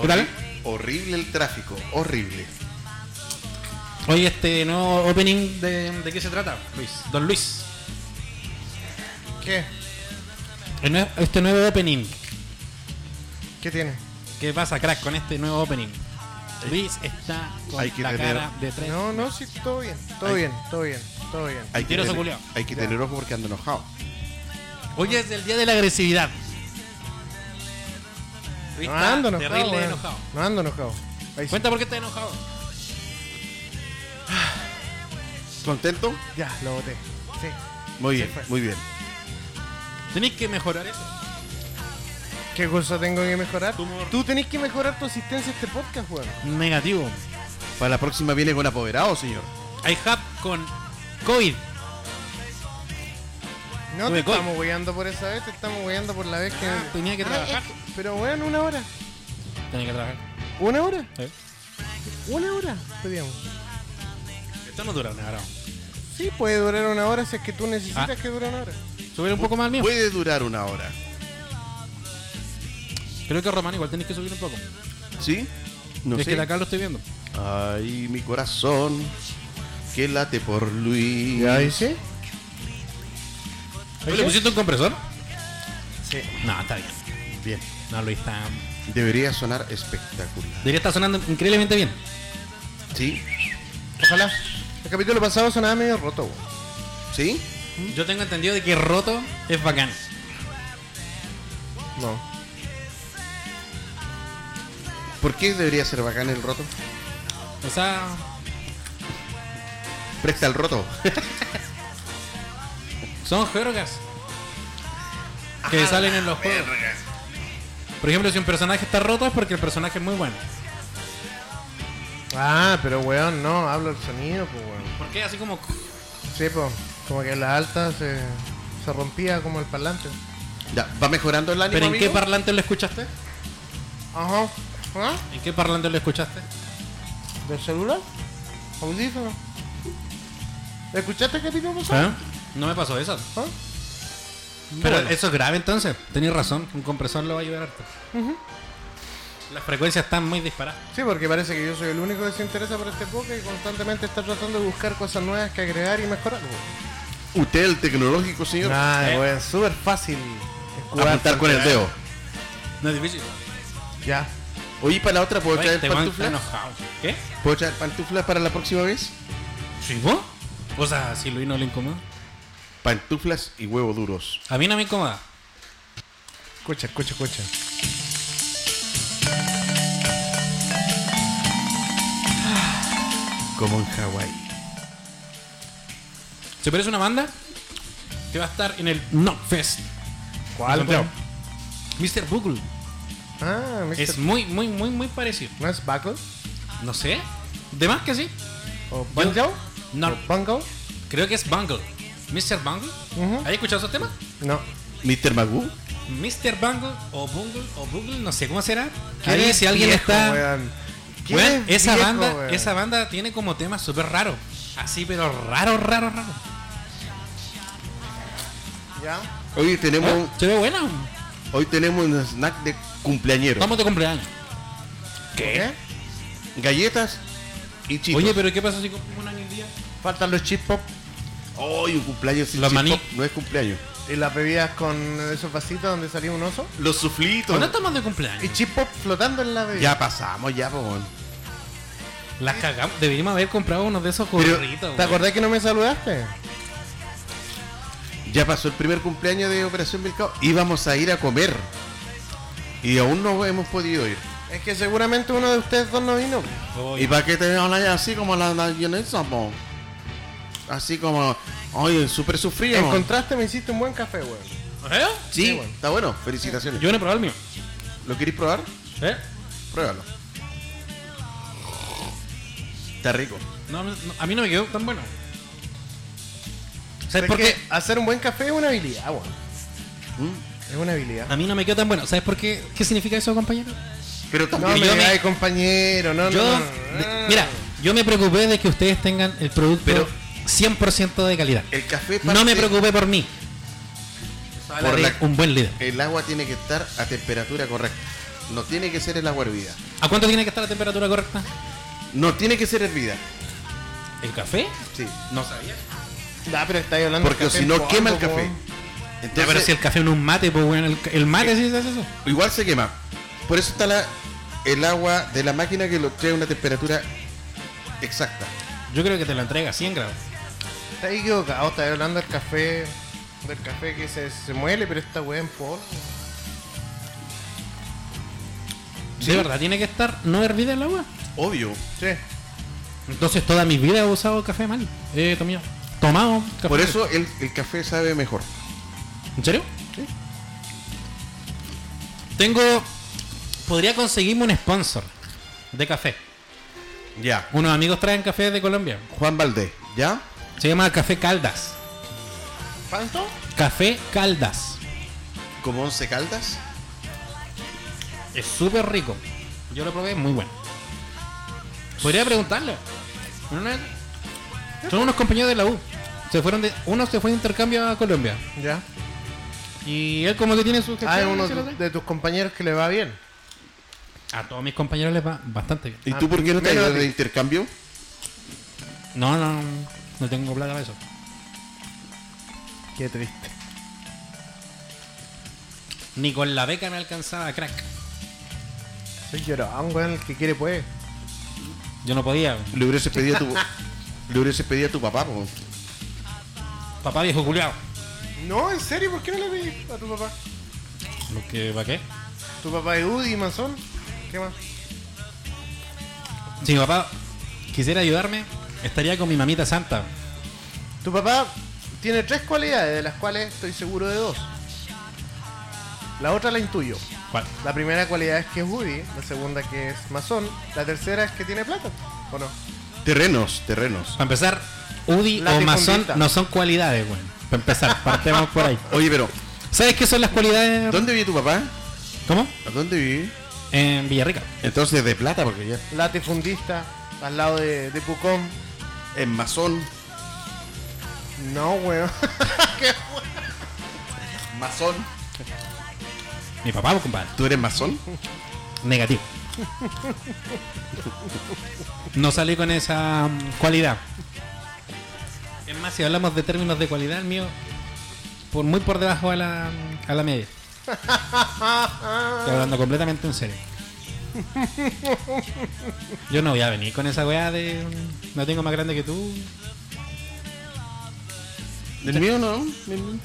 ¿Qué tal? Horrible el tráfico, horrible. Oye, este nuevo opening, de, ¿de qué se trata, Luis? Don Luis. ¿Qué? El nue- Este nuevo opening. ¿Qué tiene? ¿Qué pasa, crack, con este nuevo opening? Luis está con Hay que la tener- cara de tres. No, no, sí, todo bien, todo Ahí. bien, todo bien, todo bien. Hay que, Mentiroso tener, culiao. hay que tener ojo porque ando enojado. Hoy es el día de la agresividad. Luis No está ando enojado. terrible weón. enojado. No ando enojado. Ahí sí. Cuenta por qué está enojado. ¿Contento? Ya, lo boté. Sí. Muy Sí bien, pues. fue. muy bien. Tenéis que mejorar eso. ¿Qué cosa tengo que mejorar? Tumor. Tú tenés que mejorar tu asistencia a este podcast, weón. Negativo. Para la próxima viene con apoderado, señor. iHub con COVID. No Tuve te COVID. estamos weyando por esa vez, te estamos weyando por la vez que. Ah, tenía que trabajar. eh, pero weón, una hora. Tenía que trabajar. ¿Una hora? ¿Eh? Una hora, pedíamos. Esto no dura una hora. Sí, puede durar una hora si es que tú necesitas Ah. que dure una hora. Subir un poco más al mío. Puede durar una hora. Creo que Román igual tenéis que subir un poco. ¿Sí? No es sé. que acá lo estoy viendo. Ay, mi corazón. Que late por Luis. sí? ¿Tú le pusiste un compresor? Sí. No, está bien. Bien. No, Luis está. Debería sonar espectacular. Debería estar sonando increíblemente bien. ¿Sí? Ojalá. El capítulo pasado sonaba medio roto, weón. ¿Sí? Yo tengo entendido de que roto es bacán. No. ¿Por qué debería ser bacán el roto? O sea, Presta el roto. son jergas que salen en los juegos. Por ejemplo, si un personaje está roto es porque el personaje es muy bueno. Ah, pero weón, no, hablo el sonido, pues weón. ¿Por qué así como.? Sí, pues, como que en la alta se, se rompía como el parlante. Ya, ¿va mejorando el ánimo, ¿Pero en qué amigo? parlante lo escuchaste? Ajá. ¿Ah? ¿En qué parlante lo escuchaste? ¿Del celular? Audífono. ¿Escuchaste el capítulo pasado? No me pasó eso. ¿Ah? ¿Eh? Pero Bueno. eso es grave entonces. Tenés razón, un compresor lo va a ayudar harto. Las frecuencias están muy disparadas. Sí, porque parece que yo soy el único que se interesa por este podcast y constantemente está tratando de buscar cosas nuevas que agregar y mejorar. weón. Usted, el tecnológico, señor. Nah, ¿Eh? weón, súper fácil. Apuntar con el dedo. No es difícil. Ya. Oye, para la otra, ¿puedo Oye, traer este weón está pantuflas? enojado. ¿Qué? ¿Puedo traer pantuflas para la próxima vez? ¿Sí vos? O sea, si Luis no le incomoda. Pantuflas y huevos duros. A mí no me incomoda. Escucha, escucha, escucha. Como en Hawái. Se parece una banda que va a estar en el No Fest. ¿Cuál? Santiago. Mr. Bugle. Ah, Mr. Es muy, muy, muy, muy parecido. ¿No es Buckle? No sé. De más que sí. ¿O Banjo? No. ¿O Bungle? Creo que es Bungle. Mr. Bungle. Ujú. ¿Has escuchado esos temas? No. ¿Mr. Magoo? Mr. Bungle o Bungle o Bungle, no sé cómo será. ¿Quién Ahí es si alguien viejo, está. weón? ¿Quién Weón, es esa viejo, banda, weón? esa banda tiene como temas súper raros. Así pero raro, raro, raro. ¿Ya? Hoy tenemos, Se ve buena. hoy tenemos un snack de cumpleañero. Estamos de cumpleaños. ¿Qué? Galletas y chitos. Oye, pero ¿qué pasa si cumplimos un año y día? Faltan los chip pop Hoy un cumpleaños sin Los chip maní. pop, No es cumpleaños. y las bebidas con esos vasitos donde salía un oso. Los suflitos. ¿Cuándo estamos de Y cumpleaños? chip pop flotando en la bebida. Ya pasamos, ya, po. weón. Las cagamos. Deberíamos haber comprado uno de esos Pero, gorritos. ¿Te acordás que no me saludaste? Ya pasó el primer cumpleaños de Operación Vilcao. Íbamos a ir a comer. Y aún no hemos podido ir. Es que seguramente uno de ustedes dos no vino. ¿Y para qué te vean allá así como la mayonesa, po? Así como, oye, súper sufrido. En contraste me hiciste un buen café, weón. ¿Eh? Sí, Sí, bueno. está bueno, felicitaciones. Yo no he probado el mío. ¿Lo queréis probar? ¿Eh? Pruébalo. Está rico. No, no, a mí no me quedó tan bueno. Es ¿Sabes por qué? que Hacer un buen café es una habilidad, weón. Mm. Es una habilidad. A mí no me quedó tan bueno. ¿Sabes por qué? ¿Qué significa eso, compañero? Pero No también me yo me- digas, compañero, no, no, Yo, no, no, de- no. mira, yo me preocupé de que ustedes tengan el producto Pero- 100% de calidad. el café No me parte- preocupé por mí. Por Por la- un buen líder. El agua tiene que estar a temperatura correcta. No tiene que ser el agua hervida. ¿A cuánto tiene que estar la temperatura correcta? No tiene que ser hervida. ¿El café? Sí. No sabía. Ah, pero estáis hablando Porque del si café en no polvo, quema el po. café. Ya, pero Entonces, si el café en un mate, pues bueno, el, el mate sí se hace eso. igual se quema. Por eso está la, el agua de la máquina que lo trae a una temperatura exacta. Yo creo que te lo entrega a 100 grados. Estáis equivocado, estáis hablando del café. Del café que se, se muele, pero esta weá en polvo. ¿De verdad tiene que estar no hervida el agua? Obvio. Sí. Entonces toda mi vida he usado café mal. Eh, tomado. Tomado. café Por mal. eso el, el café sabe mejor. ¿En serio? Sí. Tengo. Podría conseguirme un sponsor de café. Ya. Unos amigos traen café de Colombia. Juan Valdés, ¿ya? Se llama Café Caldas. ¿Cuánto? Café Caldas. Como once caldas. Es súper rico. Yo lo probé, muy bueno. Podría preguntarle. Una- Son unos compañeros de la U. Se fueron de, uno se fue de intercambio a Colombia. Ya. Y él como que tiene sus Ah, es uno gestiones, ¿sí? de tus compañeros que le va bien. A todos mis compañeros les va bastante bien. ¿Y Ah, tú por qué no te has menos ido a de ti. intercambio? No, no, no, no tengo plata para eso. Qué triste. Ni con la beca me alcanzaba, crack. Soy llorón, weón, el que quiere puede. Yo no podía. Le hubieses pedido a tu, le hubieses pedido a tu papá. po. Papá viejo culiao. No, en serio, ¿por qué no le pedí a tu papá? ¿Lo que para qué? ¿Tu papá es Udi, Manzón? ¿Qué más? Si mi papá quisiera ayudarme, estaría con mi mamita santa. Tu papá tiene tres cualidades, de las cuales estoy seguro de dos. La otra la intuyo. ¿Cuál? La primera cualidad es que es Woody, la segunda que es masón, la tercera es que tiene plata, ¿o no? Terrenos, terrenos. Para empezar, UDI o Latifundista. masón no son cualidades, weón. Para empezar, partemos por ahí. Oye, pero, ¿Sabes qué son las cualidades? ¿dónde vive tu papá? ¿Cómo? ¿A dónde vive? En Villarrica. Entonces de plata, porque ya Latifundista, al lado de, de Pucón. es masón. No, weón. Masón. Mi papá, pues, compadre. ¿Tú eres masón? Negativo. No salí con esa mm, cualidad. Es más, si hablamos de términos de cualidad, el mío, por muy por debajo a la, a la media. Estoy hablando completamente en serio. Yo no voy a venir con esa weá de. mm, No tengo más grande que tú. Del mío no. el-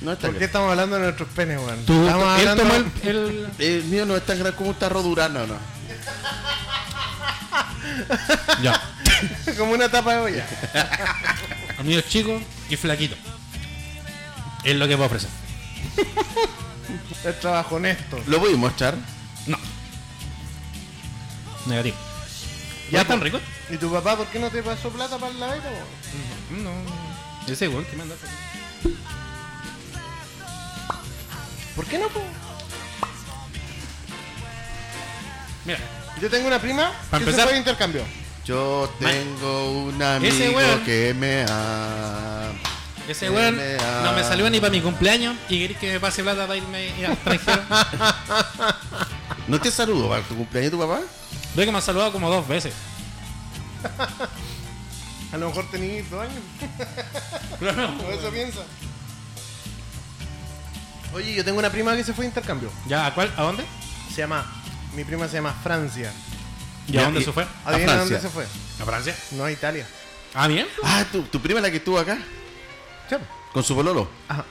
No es tan ¿Por qué grande. estamos hablando de nuestros penes, weón? Tú- Estamos él hablando- tomó el- el, El mío no es tan grande como un tarro durano, no. Ya. como una tapa de olla. Amigos chicos y flaquito. Es lo que puedo ofrecer. El trabajo honesto. Lo voy a mostrar. No. Negativo. Ya, ¿Ya tan po. rico? ¿Y tu papá por qué no te pasó plata para la beca, weón? No. Ese weón que mandaste. ¿Por qué no, po? Mira, Yo tengo una prima Para que empezar- se fue de intercambio. Yo Ma- tengo un Ese amigo weón. que me ama. ese weón Mira. no me salió ni para mi cumpleaños y querés que me pase plata para irme al extranjero. ¿No te saludo para tu cumpleaños tu papá? Creo que me ha saludado como dos veces. A lo mejor tenías dos años. Pero no. Por eso piensa. Oye, yo tengo una prima que se fue de intercambio. ¿Ya a cuál? ¿A dónde? Se llama. Mi prima se llama Francia. ¿Y a Ya, dónde y- se fue? A Adivina Francia. dónde se fue. ¿A Francia? No a Italia. Ah, bien. Ah, tu, tu prima es la que estuvo acá. Chao. Con su pololo. Ajá.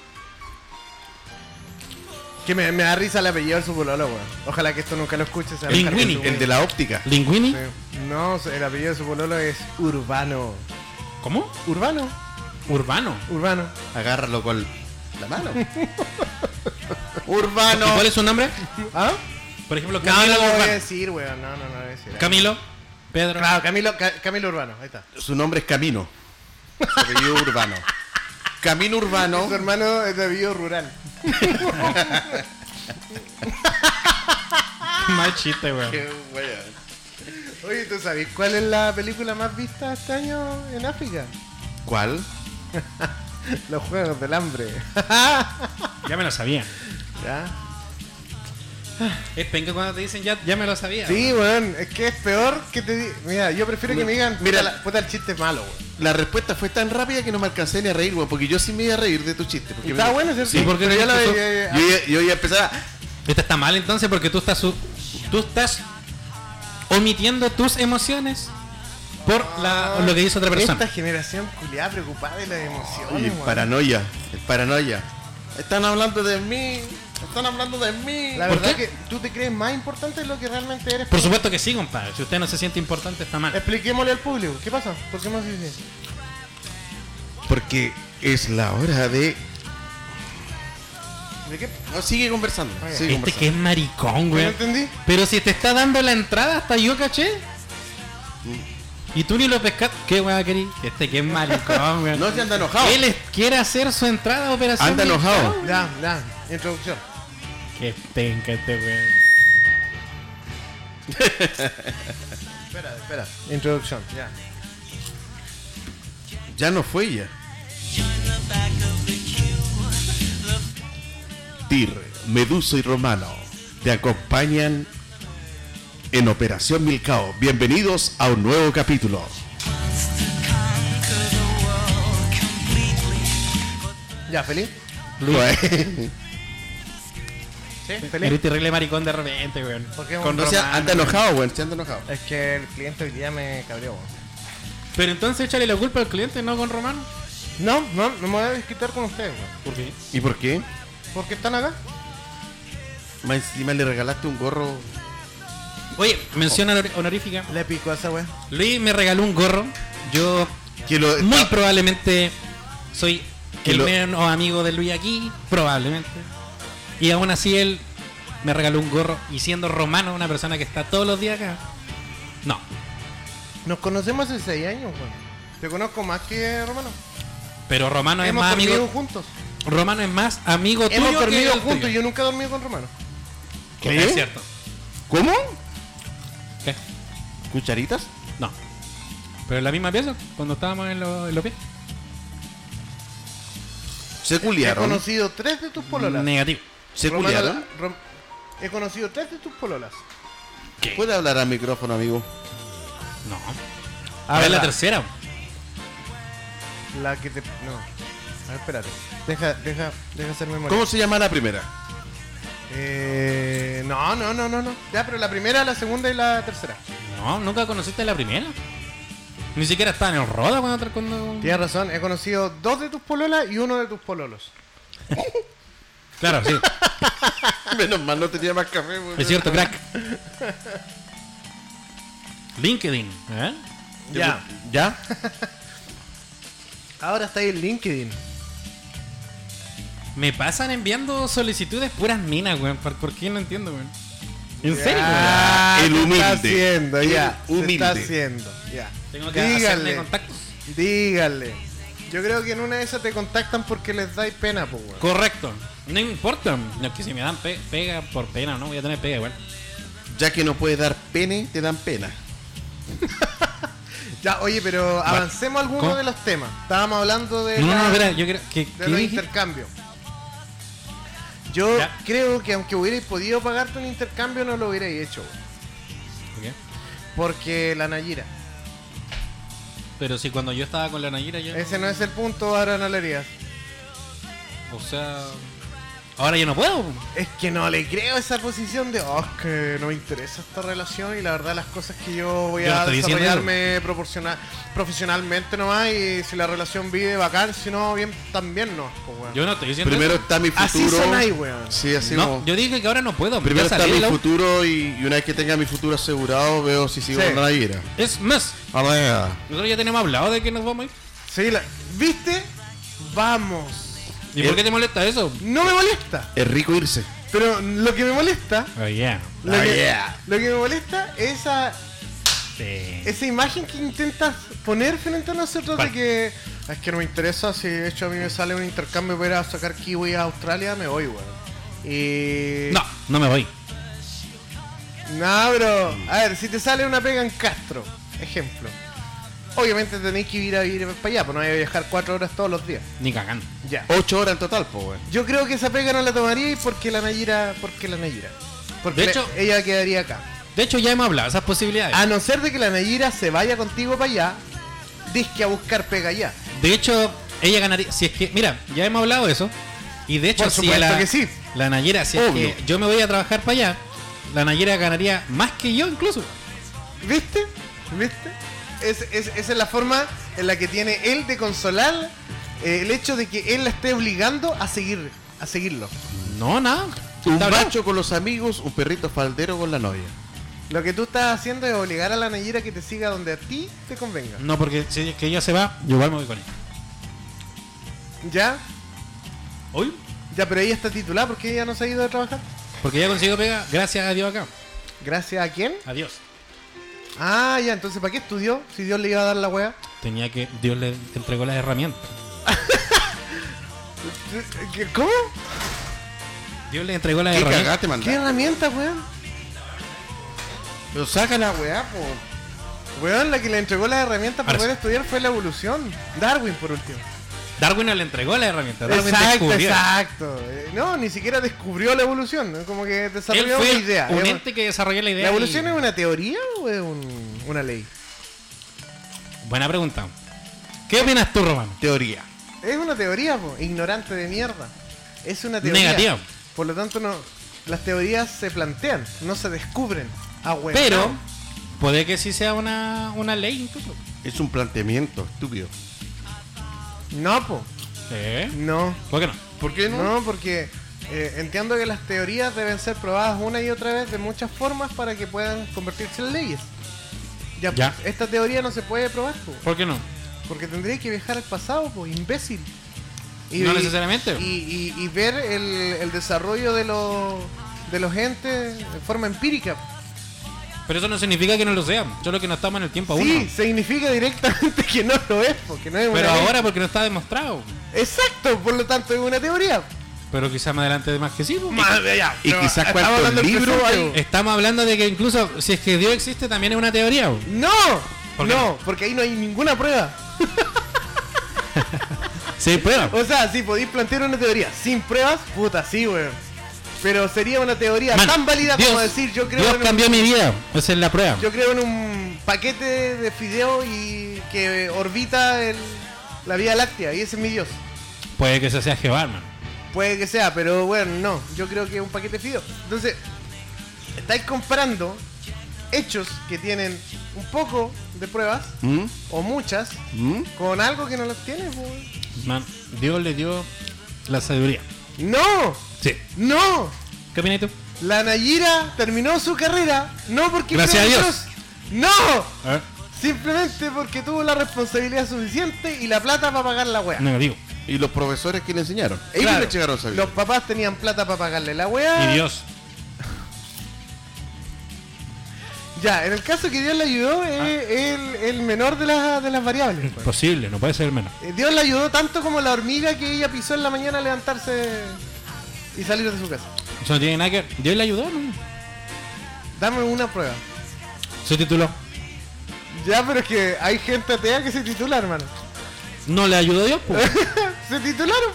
Que me, me da risa el apellido del subulolo, weón. Ojalá que esto nunca lo escuches. se va a dejar Linguini. con su- El de la óptica. ¿Linguini? Sí. No, el apellido de su pololo es Urbano. ¿Cómo? Urbano, Urbano. Urbano. Agárralo con la mano. ¿Y Urbano. cuál es su nombre? ¿Ah? Por ejemplo, No, no Camilo lo voy a Urbano. decir, weón. No, no, no lo voy a decir. Camilo, Pedro. Claro, Camilo, Ca- Camilo Urbano, ahí está. Su nombre es Camino. Su apellido urbano. Camino Urbano. Su hermano es de apellido rural. Mal chiste, weón. Qué weón. Oye, ¿tú sabes cuál es la película más vista este año en África? ¿Cuál? Los Juegos del Hambre. Ya me lo sabía. ¿Ya? Es penca cuando te dicen ya, ya me lo sabía. Sí, weón, es que es peor que te di- Mira, yo prefiero que me digan, Mira, mira, la, puta el chiste es malo, weón. La respuesta fue tan rápida que no me alcancé ni a reír, weón, porque yo sí me iba a reír de tu chiste. Porque Está me- bueno, ¿cierto? Sí, porque yo, Pero la yo- veía- yo, iba- yo iba a empezar a... Esta Este está mal entonces porque tú estás, su- tú estás omitiendo tus emociones por la- lo que dice otra Ah, Esta persona. generación culiada preocupada de las emociones, Oye, weón. paranoia, es paranoia. Están hablando de mí, están hablando de mí. La ¿Por verdad qué? que tú te crees más importante de lo que realmente eres. Por supuesto que sí, compadre. Si usted no se siente importante, está mal. Expliquémosle al público, ¿qué pasa? ¿Por qué no se dice? Porque es la hora de... ¿De qué? No, sigue conversando, Oye, sigue Este conversando. que es maricón, ¿No güey. entendí? Pero si te está dando la entrada hasta yo, caché. Mm. Y tú ni lo pescas. ¿Qué weá querí? Este que es maricón, güey. No, se anda enojado. Él es- quiere hacer su entrada a operación. Anda Mil- enojado. Ya, ya, introducción. Qué penca este weón. Espera, espera. Introducción, ya. Ya no fue ella. Tir, Meduso y Romano te acompañan en Operación Milcao. Bienvenidos a un nuevo capítulo. ¿Ya, feliz? Sí, feliz. Eres terrible maricón de repente, weón. ¿Por qué, Con weón? O sea, Román, anda weón. enojado, güey. Se anda enojado. Es que el cliente hoy día me cabreó, weón. Pero entonces échale la culpa al cliente, no con Román. No, no, no me voy a desquitar con ustedes, weón. ¿Por qué? ¿Y por qué? ¿Por qué están acá? Más encima le regalaste un gorro. Oye, mención honor- honorífica. Le picó a esa weón. Luis me regaló un gorro. Yo Que lo, muy probablemente soy Ah. Que el lo- menos amigo de Luis aquí, probablemente. Y aún así él me regaló un gorro. Y siendo romano, una persona que está todos los días acá. No. Nos conocemos hace seis años, weón. Te conozco más que Romano. Pero romano es Hemos más dormido amigo. juntos. Romano es más amigo tuyo. Hemos que dormido el juntos. tuyo. Yo nunca he dormido con Romano. ¿Qué? Es cierto. ¿Cómo? ¿Qué? ¿Cucharitas? No. Pero en la misma pieza, cuando estábamos en, lo- en los pies. Se He culiaron. conocido tres de tus pololas. Negativo. Se Romano, culiaron. Rom- He conocido tres de tus pololas. ¿Puede hablar al micrófono, amigo? No. A A ver, la ver. tercera. La que te. No. A ver, espérate. Deja, deja, deja hacer memoria. ¿Cómo se llama la primera? Eh, no, no, no, no, no. Ya, pero la primera, la segunda y la tercera. No, nunca conociste la primera. Ni siquiera estaba en el Roda cuando. tra- cuando... Tienes razón, he conocido dos de tus pololas y uno de tus pololos. Claro, sí. Menos mal no tenía más café, güey. Es cierto, crack. LinkedIn, ¿eh? Ya. ¿Ya? Ahora está ahí en LinkedIn. Me pasan enviando solicitudes puras minas, weón. ¿Por, por qué no entiendo, weón? ¿En serio? weón? Ah, El se humilde. Está haciendo, El ya. se humilde. está haciendo, ya. Tengo que hacerme contactos. Dígale. Yo creo que en una de esas te contactan porque les dais pena, pues, weón. Correcto. No importa. No, que si me dan pe- pega por pena, ¿no? Voy a tener pega igual. Ya que no puedes dar pene, te dan pena. Ya, oye, pero avancemos algunos ¿Cómo? de los temas. Estábamos hablando de, No, no, la- no, espera, yo creo que. de ¿qué los dije? intercambios. Yo Ya. creo que aunque hubierais podido pagarte un intercambio, no lo hubierais hecho, weón. Ok. Porque la Nayira. Pero si cuando yo estaba con la Nayira, yo. Ese no es el punto, ahora no le harías. O sea. Ahora yo no puedo. Es que no le creo esa posición de, oh, es que no me interesa esta relación y la verdad las cosas que yo voy Yo no a estoy diciendo desarrollarme proporciona- profesionalmente nomás y si la relación vive bacán, si no, bien, también no. Pues, weón. Yo no estoy diciendo. Primero eso. está mi Así futuro. son ahí, weón. Sí, así No, como- yo dije que ahora no puedo. Primero Ya está salí mi de la U. futuro y, y una vez que tenga mi futuro asegurado, veo si sigo Sí. con la ira. Es más, nosotros ya tenemos hablado de que nos vamos a ir. Sí, la- ¿viste? Vamos. ¿Y Eh, por qué te molesta eso? No me molesta, Es rico irse. pero lo que me molesta, Oh, yeah. lo, Ah, que, yeah. lo que me molesta es esa, Sí. esa imagen que intentas poner frente a nosotros ¿Cuál? de que es que no me interesa, si de hecho a mí me sale un intercambio para ir a sacar kiwi a Australia, me voy, weón. Y... No, no me voy. No, bro. A ver, si te sale una pega en Castro, ejemplo. Obviamente tenéis que ir a ir para allá, pues no vais a viajar cuatro horas todos los días. Ni cagando. Ya. Ocho horas en total, pues, güey. Yo creo que esa pega no la tomaría porque la Nayira, porque la Nayira. Porque De le- hecho- ella quedaría acá. De hecho, ya hemos hablado de esas posibilidades. Ah, A no ser de que la Nayira se vaya contigo para allá, disque a buscar pega allá. De hecho, ella ganaría. Si es que, mira, ya hemos hablado de eso. Y de hecho, Por si supuesto la, que sí. la Nayera, si Obvio. es que yo me voy a trabajar para allá, la Nayera ganaría más que yo incluso. ¿Viste? ¿Viste? Es, es- esa es la forma en la que tiene él de consolar eh, el hecho de que él la esté obligando a seguir a seguirlo. No, nada. Un Está hablado. macho con los amigos, un perrito faldero con la novia. Lo que tú estás haciendo es obligar a la Nayira que te siga donde a ti te convenga. No, porque si es que ella se va, yo igual me voy con ella. ¿Ya? ¿Hoy? Ya, pero ella está titulada porque ella no se ha ido a trabajar. Porque ya consigo pega, gracias a Dios acá. ¿Gracias a quién? Adiós. Ah, ya, entonces ¿para qué estudió? Si Dios le iba a dar la wea. Tenía que. Dios le entregó las herramientas. ¿Qué- ¿Cómo? Dios le entregó las ¿Qué herramientas. cagaste, ¿Qué mandá? herramienta, weón? Pero saca la weá, po. Weón, la que le entregó las herramientas para Ahora poder estudiar fue la evolución. Darwin, por último. Darwin no le entregó las herramientas. Darwin Exacto, descubrió. exacto. Eh, No, ni siquiera descubrió la evolución. ¿no? Como que Él desarrolló fue una idea. un Eh, ente que desarrolló la idea. ¿La evolución y- es una teoría o es un- una ley? Buena pregunta. ¿Qué opinas tú, Román? Teoría. Es una teoría, po, ignorante de mierda. Es una teoría. Negativa. Por lo tanto, no, las teorías se plantean, no se descubren. Ah, weón. Pero puede que sí sea una, una ley incluso. Es un planteamiento estúpido. No, po. ¿Eh? No. ¿Por qué no? ¿Por qué No, porque eh, entiendo que las teorías deben ser probadas una y otra vez de muchas formas para que puedan convertirse en leyes. Ya, Ya. pues, esta teoría no se puede probar, po, ¿Por qué no? porque tendría que viajar al pasado, pues, imbécil. No necesariamente. Y, y- y ver el, el desarrollo de los de los entes de forma empírica. Pero eso no significa que no lo sea. Solo que no estamos en el tiempo sí, aún. significa directamente que no lo es, porque no es una Pero ley. ahora porque no está demostrado. Exacto, por lo tanto es una teoría. Pero quizá más adelante más que sí. po. Y Pero quizás estamos cuántos Ah, hablando del libros presente, hay. po. Estamos hablando de que incluso si es que Dios existe también es una teoría. pues. po. No, ¿Por qué no, porque ahí no hay ninguna prueba. Sí, pero. O sea, si podéis plantear una teoría sin pruebas, puta, sí, weón. Pero sería una teoría Man, tan válida Dios- como decir, yo creo, Dios en un, cambió mi vida. Esa es la prueba. yo creo en un paquete de fideo y que orbita el- la Vía Láctea y ese es mi Dios. Puede que eso sea Jehová, hermano. Puede que sea, pero bueno, no. Yo creo que es un paquete de fideo. Entonces, estáis comparando hechos que tienen un poco de pruebas ¿Mm? o muchas ¿Mm? con algo que no las tiene, weón. Man, Dios le dio la sabiduría. ¡No! Sí. ¡No! ¿Qué opinas tú? La Nayira terminó su carrera no porque Gracias creyó a en Dios. No, A ver, simplemente porque tuvo la responsabilidad suficiente y la plata para pagar la weá. negativo. ¿Y los profesores que le enseñaron? Ellos Claro, le llegaron a saber. los papás tenían plata para pagarle la Y weá. Dios. Ya, en el caso que Dios le ayudó, es el, el menor de, las de las variables. weón. Ah. Imposible, no puede ser menos. Eh, Dios le ayudó tanto como la hormiga que ella pisó en la mañana a levantarse y salir de su casa. Eso no tiene nada que ver. Dios le ayudó, ¿no? Dame una prueba. Se tituló. Ya, pero es que hay gente atea que se titula, hermano. No le ayudó Dios, pues. se titularon.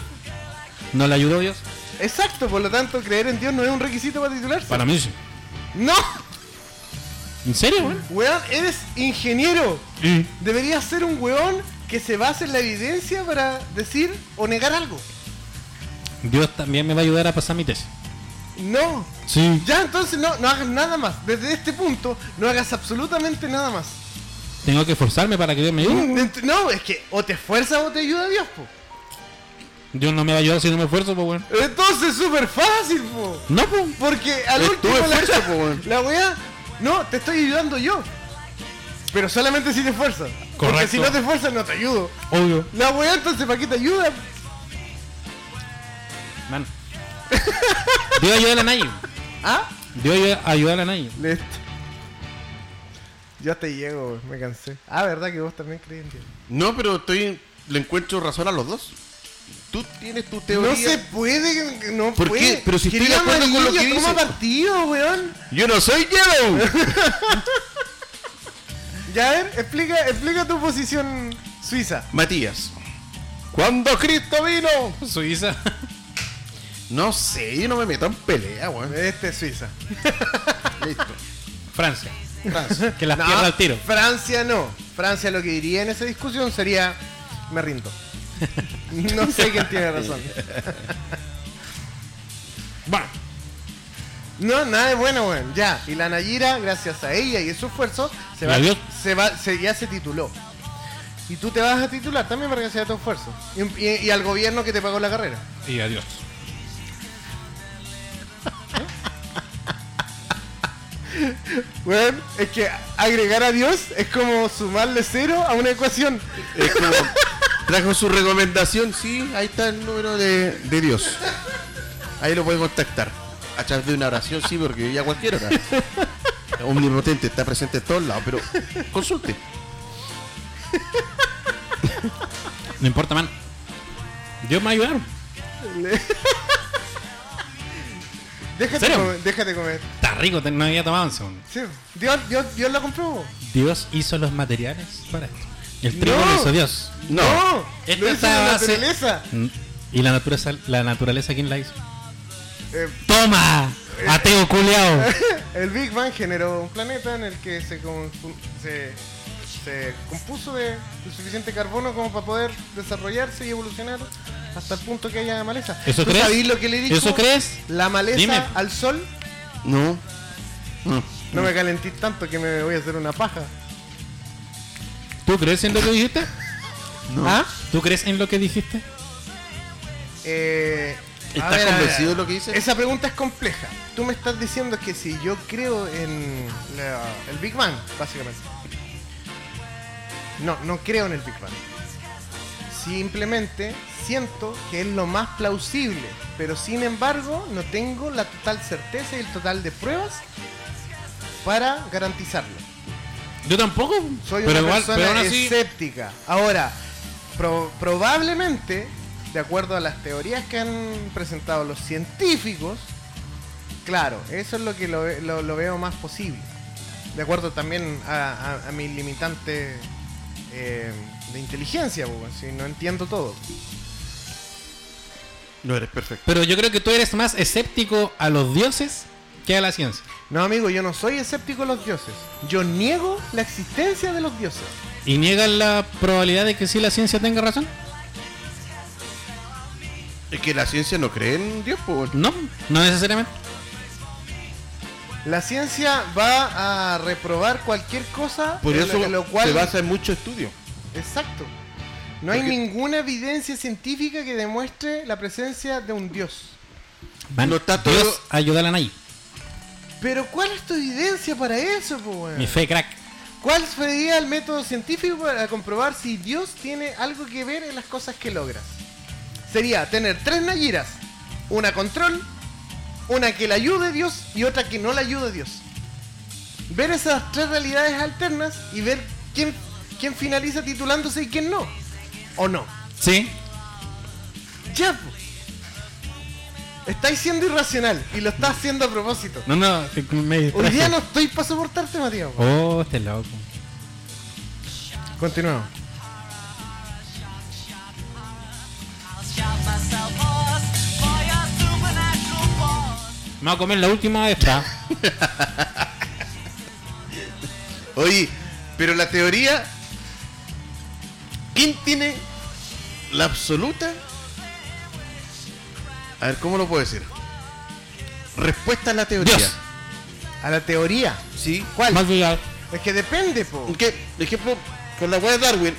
No le ayudó Dios. Exacto, por lo tanto, creer en Dios no es un requisito para titularse. Para mí sí. ¡No! ¿En serio, güey? Weón, eres ingeniero. Deberías ser un weón que se base en la evidencia para decir o negar algo. Dios también me va a ayudar a pasar mi tesis. No. Sí. Ya, entonces no, no hagas nada más. Desde este punto, no hagas absolutamente nada más. Tengo que esforzarme para que Dios me ayude. Ent- No, es que o te esfuerzas o te ayuda Dios, po. Dios no me va a ayudar si no me esfuerzo, pues, güey. Entonces, súper fácil, po. No, pues. Porque al Es tu último la, esfuerzo, po, weón. la weá, no, te estoy ayudando yo. Pero solamente si te esfuerzas. Porque Correcto. si no te esfuerzas, no te ayudo. Obvio. La weá, entonces, ¿para qué te ayuda? Man. Dios ayuda a la Nayi. ¿Ah? Dios ayuda- ayuda a la Nayi. Listo. Yo te llego, güey, me cansé. Ah, ¿verdad que vos también creí en Dios? No, pero estoy le encuentro razón a los dos. Tú tienes tu teoría. No se puede, no ¿Por puede. qué? Pero si estoy de Querido acuerdo con lo amarillo, que toma dice. partido, weón. Yo no soy yellow. Ya, a ver, explica, explica tu posición suiza. Matías. Cuando Cristo vino, Suiza. No sé, yo no me meto en pelea, weón. Este es Suiza. Listo. Francia. Francia. Que las No, pierda al tiro. Francia no. Francia lo que diría en esa discusión sería, me rindo. No sé quién tiene razón. Bueno, No, nada de bueno, weón. Ya. Y la Nayira, gracias a ella y a su esfuerzo, se va, Adiós. se va, se- ya se tituló. Y tú te vas a titular también para que sea tu esfuerzo. Y, y- y al gobierno que te pagó la carrera. y adiós. Weón, es que agregar a Dios es como sumarle cero a una ecuación. Es como, trajo su recomendación, sí, ahí está el número de, de Dios. Ahí lo pueden contactar. A través de una oración, sí, porque ya cualquiera. hora. Es Omnipotente, está presente en todos lados, pero consulte. No importa, man. Dios me va a ayudar. Déjate, ¿Serio? comer, déjate comer. Está rico, te- no había tomado un segundo. Sí, Dios, Dios, Dios lo comprobó. Dios hizo los materiales para esto. El trigo No. lo hizo Dios. No. Esto lo hizo está la a base- naturaleza. Mm, ¿Y la naturaleza, la naturaleza quién la hizo? Eh, ¡Toma! ¡Ateo culeado! el Big Bang generó un planeta en el que se, consu- se, se compuso de lo suficiente carbono como para poder desarrollarse y evolucionar hasta el punto que haya maleza. ¿Eso ¿Tú crees? sabís lo que le dijo ¿Eso crees? La maleza Dime. al sol. No. No. No me calentís tanto que me voy a hacer una paja. ¿Tú crees en lo que dijiste? No. ¿Ah? ¿Tú crees en lo que dijiste? Eh, ¿Estás a ver, a ver, a ver. convencido de lo que dices? Esa pregunta es compleja. Tú me estás diciendo que si yo creo en la- el Big Bang, básicamente. No, no creo en el Big Bang. Simplemente siento que es lo más plausible, pero sin embargo no tengo la total certeza y el total de pruebas para garantizarlo. Yo tampoco. Soy pero una igual, persona pero aún así. escéptica. Ahora, pro- probablemente, de acuerdo a las teorías que han presentado los científicos, claro, eso es lo que lo, ve- lo- lo veo más posible. De acuerdo también a, a- a mi limitante eh, de inteligencia, po, si no entiendo todo. No eres perfecto. Pero yo creo que tú eres más escéptico a los dioses que a la ciencia. No, amigo, yo no soy escéptico de los dioses. Yo niego la existencia de los dioses. ¿Y niegas la probabilidad de que sí la ciencia tenga razón? Es que la ciencia no cree en Dios, pues. weón. No, no necesariamente. La ciencia va a reprobar cualquier cosa Por en eso lo- en lo cual se basa en mucho estudio. Exacto. No hay Porque- ninguna evidencia científica que demuestre la presencia de un dios. Van, No está todo- Dios, ayúdala a nadie. Pero ¿cuál es tu evidencia para eso, po, weón? Mi fe, crack. ¿Cuál sería el método científico para comprobar si Dios tiene algo que ver en las cosas que logras? Sería tener tres Nayiras, una control, una que la ayude Dios y otra que no la ayude Dios. Ver esas tres realidades alternas y ver quién, quién finaliza titulándose y quién no. ¿O no? Sí, Ya, po. Estáis siendo irracional y lo estás haciendo a propósito. no, no, me Hoy distraje. día no estoy para soportarte, Matías. po. Oh, este loco. Continuamos. Vamos a comer la última de esta. Oye, pero la teoría. ¿Quién tiene la absoluta? A ver, ¿cómo lo puedo decir? Respuesta a la teoría. Dios. A la teoría. Sí. ¿Cuál? Más cuidado. Es que depende, po. Que, ejemplo, con la weá de Darwin.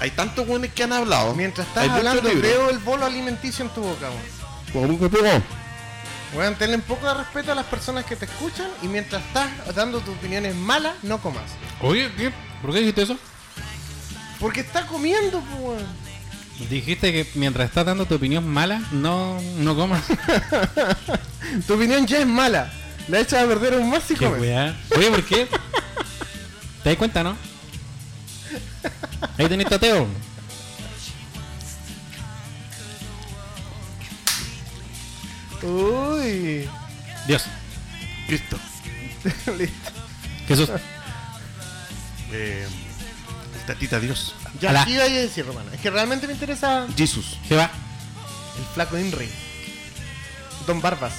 Hay tantos weones que han hablado. Mientras Hay estás muchos hablando, libros. veo el bolo alimenticio en tu boca, weón. Como un pepino. Weón, tenle un poco de respeto a las personas que te escuchan y mientras estás dando tus opiniones malas, no comas. Oye, ¿qué? ¿por qué dijiste eso? Porque está comiendo, po, weón. Dijiste que mientras estás dando tu opinión mala, no, no comas. Tu opinión ya es mala. La echas a perder aún más si Qué comes. weá. Oye, ¿por qué? ¿Te das cuenta, no? Ahí tenés tateo. Uy. Dios. Cristo. Listo. Jesús. Eh, el tatita Dios. Ya, Alá. aquí iba a decir, hermano. Es que realmente me interesa Jesus. Jehová. El flaco Inri. Don Barbas.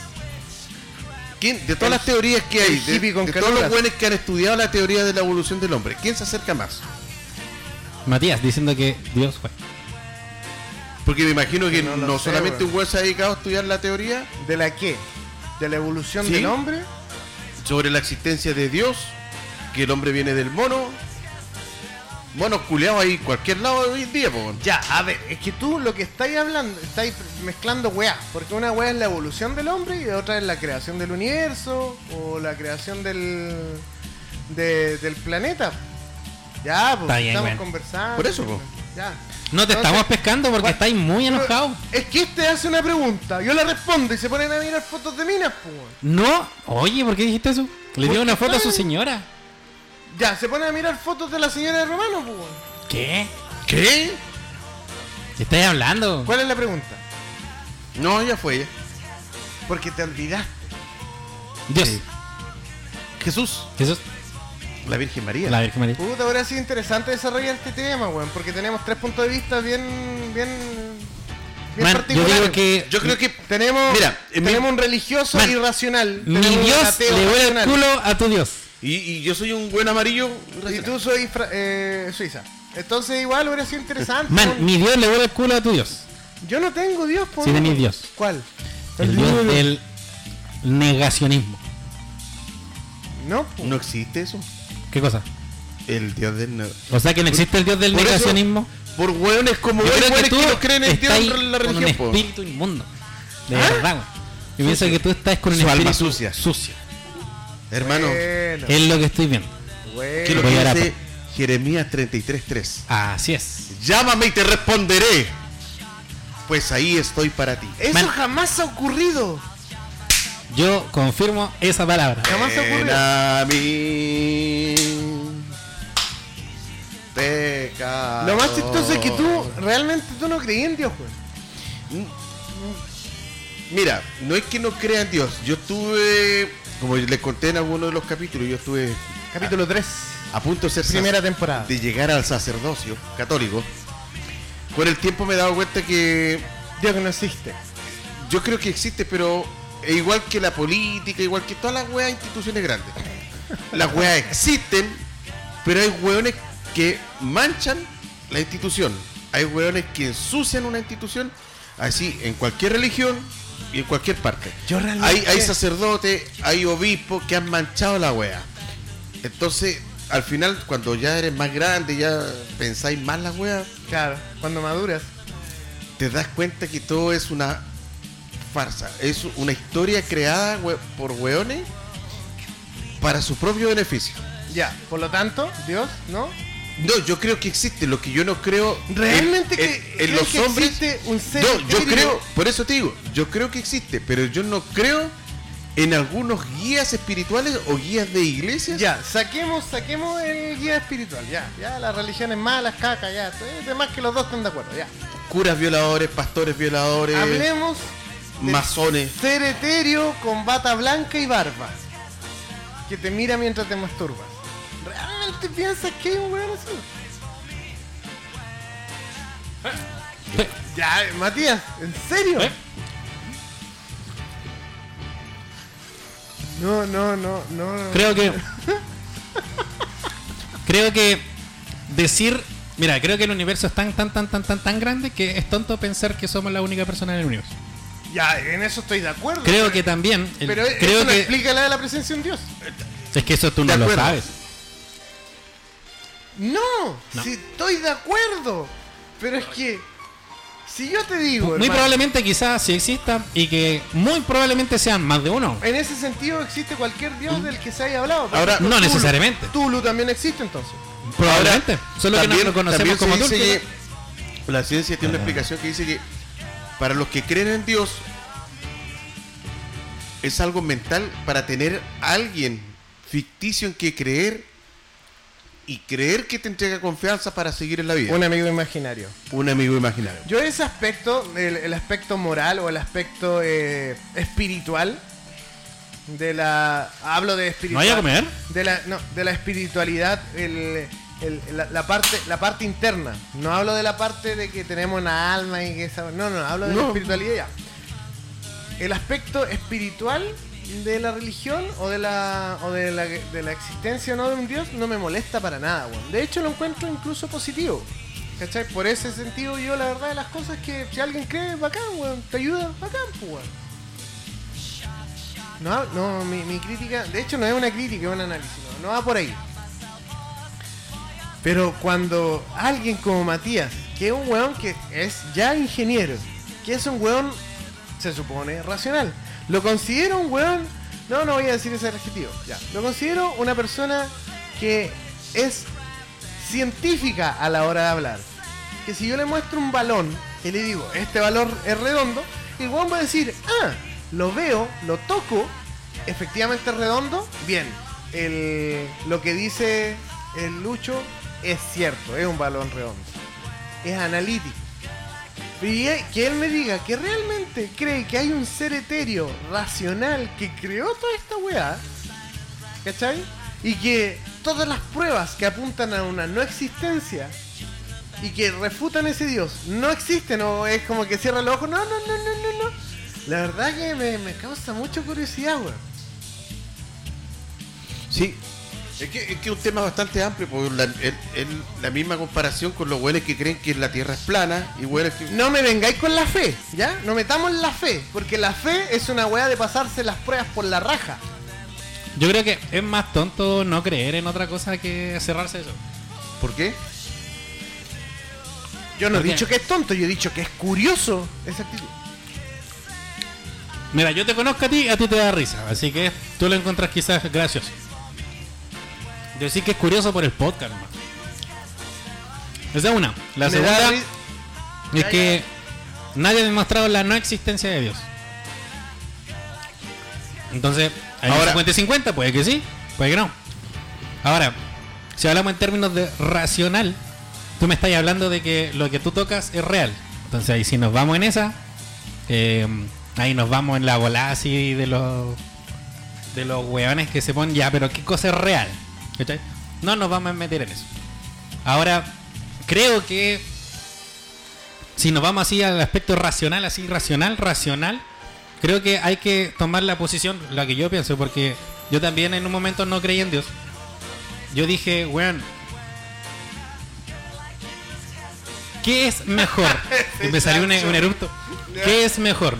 ¿Quién- de todas las teorías que hay, el de, hippie con de todos los canulas. buenos que han estudiado la teoría de la evolución del hombre, ¿quién se acerca más? Matías diciendo que Dios fue. Porque me imagino que No no, lo sé, solamente weón. un weón se ha dedicado a estudiar la teoría ¿De la qué? ¿De la evolución Sí. del hombre? sobre la existencia de Dios, que el hombre viene del mono. Monos culeados ahí, cualquier lado de hoy en día, po, weón. Ya, a ver, es que tú lo que estáis hablando, estáis mezclando weá, porque una weá es la evolución del hombre y otra es la creación del universo o la creación del de- del planeta. Ya, pues Está bien, estamos weón. conversando. Por eso, po. Ya. No te Entonces, estamos pescando porque Gua- estáis muy enojados. Es que este hace una pregunta, yo la respondo y se ponen a mirar fotos de minas, pues. weón. No, oye, ¿por qué dijiste eso? Le dio Porque una foto a su saben. señora. Ya, se ponen a mirar fotos de la señora de Romano, pues. weón. ¿Qué? ¿Qué? ¿Qué estáis hablando? ¿Cuál es la pregunta? No, ya fue ella. Porque te olvidaste. Dios. Jesús, Jesús. la Virgen María. La Virgen María. Puta, ahora sido interesante desarrollar este tema, weón, porque tenemos tres puntos de vista bien, bien, bien Man, yo particulares. digo que. Yo creo que tenemos, Mira, en mi- tenemos un religioso Man, irracional, Mi tenemos un Dios ateo le huele el racional, culo a tu Dios. Y, y yo soy un buen amarillo. y tú soy fra- eh, suiza. Entonces igual hubiera sido interesante. Man, weón. mi Dios le huele el culo a tu Dios. Yo no tengo Dios, po. Sí, tenés Dios. ¿Cuál? El Dios libro. del negacionismo. No, po. ¿No existe eso? ¿Qué cosa? El dios del no. O sea que no existe el Dios del Por eso- negacionismo. Por hueones como Yo hueones creo que, que tú no creen en Dios estás en la con un religión. po. ¿Ah? espíritu inmundo. De verdad, güey. Yo pienso que tú estás con un Su alma espíritu sucia. sucio. Hermano, Bueno, Es lo que estoy viendo. bueno. ¿qué es lo que Voy a dar a- dice Jeremías 33.3? Así es. Llámame y te responderé. Pues ahí estoy para ti. Eso Man. jamás ha ocurrido. Yo confirmo esa palabra. Jamás ha Ven ocurrido. a mí. Pecador. Lo más chistoso es que tú mm, realmente tú no creí en Dios, weón. Mira, no es que no crea en Dios. Yo estuve, como les conté en alguno de los capítulos, yo estuve Capítulo 3. a punto de ser Primera temporada. de llegar al sacerdocio católico, con el tiempo me he dado cuenta que Dios que no existe. yo creo que existe, pero e igual que la política, igual que todas las weas instituciones grandes, las weas existen, pero hay weones que manchan la institución, hay weones que ensucian una institución, así en cualquier religión y en cualquier parte. Yo Hay, realmente- hay sacerdotes, hay obispos que han manchado la wea. Entonces, al final, cuando ya eres más grande, ya pensáis más la wea, Claro, cuando maduras. te das cuenta que todo es una farsa. Es una historia creada hue- por weones para su propio beneficio. Ya, por lo tanto, Dios, ¿no? No, yo creo que existe, lo que yo no creo en- Realmente en, que- en ¿crees los que hombres. existe un ser no, yo etéreo? creo, por eso te digo, yo creo que existe, pero yo no creo en algunos guías espirituales o guías de iglesias Ya, saquemos, saquemos el guía espiritual, ya, ya, las religiones malas, caca, ya, es de más que los dos están de acuerdo, ya. curas violadores, pastores violadores, Hablemos del masones. ser etéreo con bata blanca y barba, que te mira mientras te masturbas. ¿Realmente piensas que hay un weón así? Eh, Ya, eh, Matías, ¿en serio? ¿Eh? No, no, no, no. no. Creo que. creo que decir. Mira, creo que el universo es tan, tan, tan, tan, tan, tan grande que es tonto pensar que somos la única persona en el universo. Ya, en eso estoy de acuerdo. Creo pero- que también. el- Pero eso creo no que. explica la de la presencia de un dios. Es que eso tú De no lo acuerdo. sabes. No, No. si estoy de acuerdo. Pero es que si yo te digo, Muy hermano, probablemente quizás si existan y que muy probablemente sean más de uno. en ese sentido existe cualquier Mm. dios del que se haya hablado. Por Ahora, ejemplo, No Tulu. necesariamente. Tulu también existe entonces. Probablemente. Solo que no lo también conocemos se como tú. dice que La ciencia tiene una explicación que dice que para los que creen en Dios es algo mental para tener a alguien ficticio en que creer y creer que te entrega confianza para seguir en la vida. Un amigo imaginario. Un amigo imaginario. Yo ese aspecto, el, el aspecto moral o el aspecto eh, espiritual de la hablo de espiritual. ¿No hay a comer? De la no, de la espiritualidad, el el- la, la parte, la parte interna. No hablo de la parte de que tenemos una alma y que esa. No, no, hablo de la No. espiritualidad. ya. El aspecto espiritual de la religión o de la, o de la, de la existencia o no de un Dios no me molesta para nada, weón. De hecho, lo encuentro incluso positivo. ¿Cachai? Por ese sentido, yo la verdad de las cosas que si alguien cree, bacán, weón. Te ayuda, bacán, pues, weón. No, hab- no mi, mi crítica, de hecho no es una crítica, es un análisis, no, no va por ahí. Pero cuando alguien como Matías, que es un weón que es ya ingeniero, que es un weón, se supone, racional, lo considero un weón, no, no voy a decir ese adjetivo, ya, lo considero una persona que es científica a la hora de hablar. Que si yo le muestro un balón y le digo, este balón es redondo, y el weón va a decir, ah, lo veo, lo toco, efectivamente es redondo, bien. El, lo que dice el Lucho es cierto, es un balón redondo. Es analítico. Y eh, que él me diga que realmente cree que hay un ser etéreo racional que creó toda esta weá. ¿Cachai? Y que todas las pruebas que apuntan a una no existencia y que refutan ese Dios no existen o es como que cierra los ojos. No, no, no, no, no, no. La verdad que me, me causa mucha curiosidad, weón. Sí. Es que es que un tema bastante amplio, porque la, el- el- la misma comparación con los güeyes que creen que la Tierra es plana y güeyes que... No me vengáis con la fe, ¿ya? No metamos la fe, porque la fe es una weá de pasarse las pruebas por la raja. Yo creo que es más tonto no creer en otra cosa que cerrarse eso. ¿Por qué? Yo no he ¿Por qué? dicho que es tonto, yo he dicho que es curioso esa actitud. Mira, yo te conozco a ti, a ti te da risa, así que tú lo encuentras quizás gracioso. Decir que es curioso por el podcast, nomás. Esa es una. La Me da segunda ri- es Ya, que nadie ha demostrado la no existencia de Dios. Entonces, hay un Ahora- 50 y 50, puede que sí, puede que no. Ahora, si hablamos en términos de racional, tú me estás hablando de que lo que tú tocas es real. Entonces, ahí si nos vamos en esa, eh, ahí nos vamos en la volada así de los de los hueones que se ponen ya, pero qué cosa es real. ¿Cachai? No nos vamos a meter en eso. Ahora, creo que si nos vamos así al aspecto racional, así racional, racional, creo que hay que tomar la posición, la que yo pienso, porque yo también en un momento no creí en Dios. Yo dije, weón, ¿qué es mejor? y me salió un, un eructo. ¿Qué es mejor?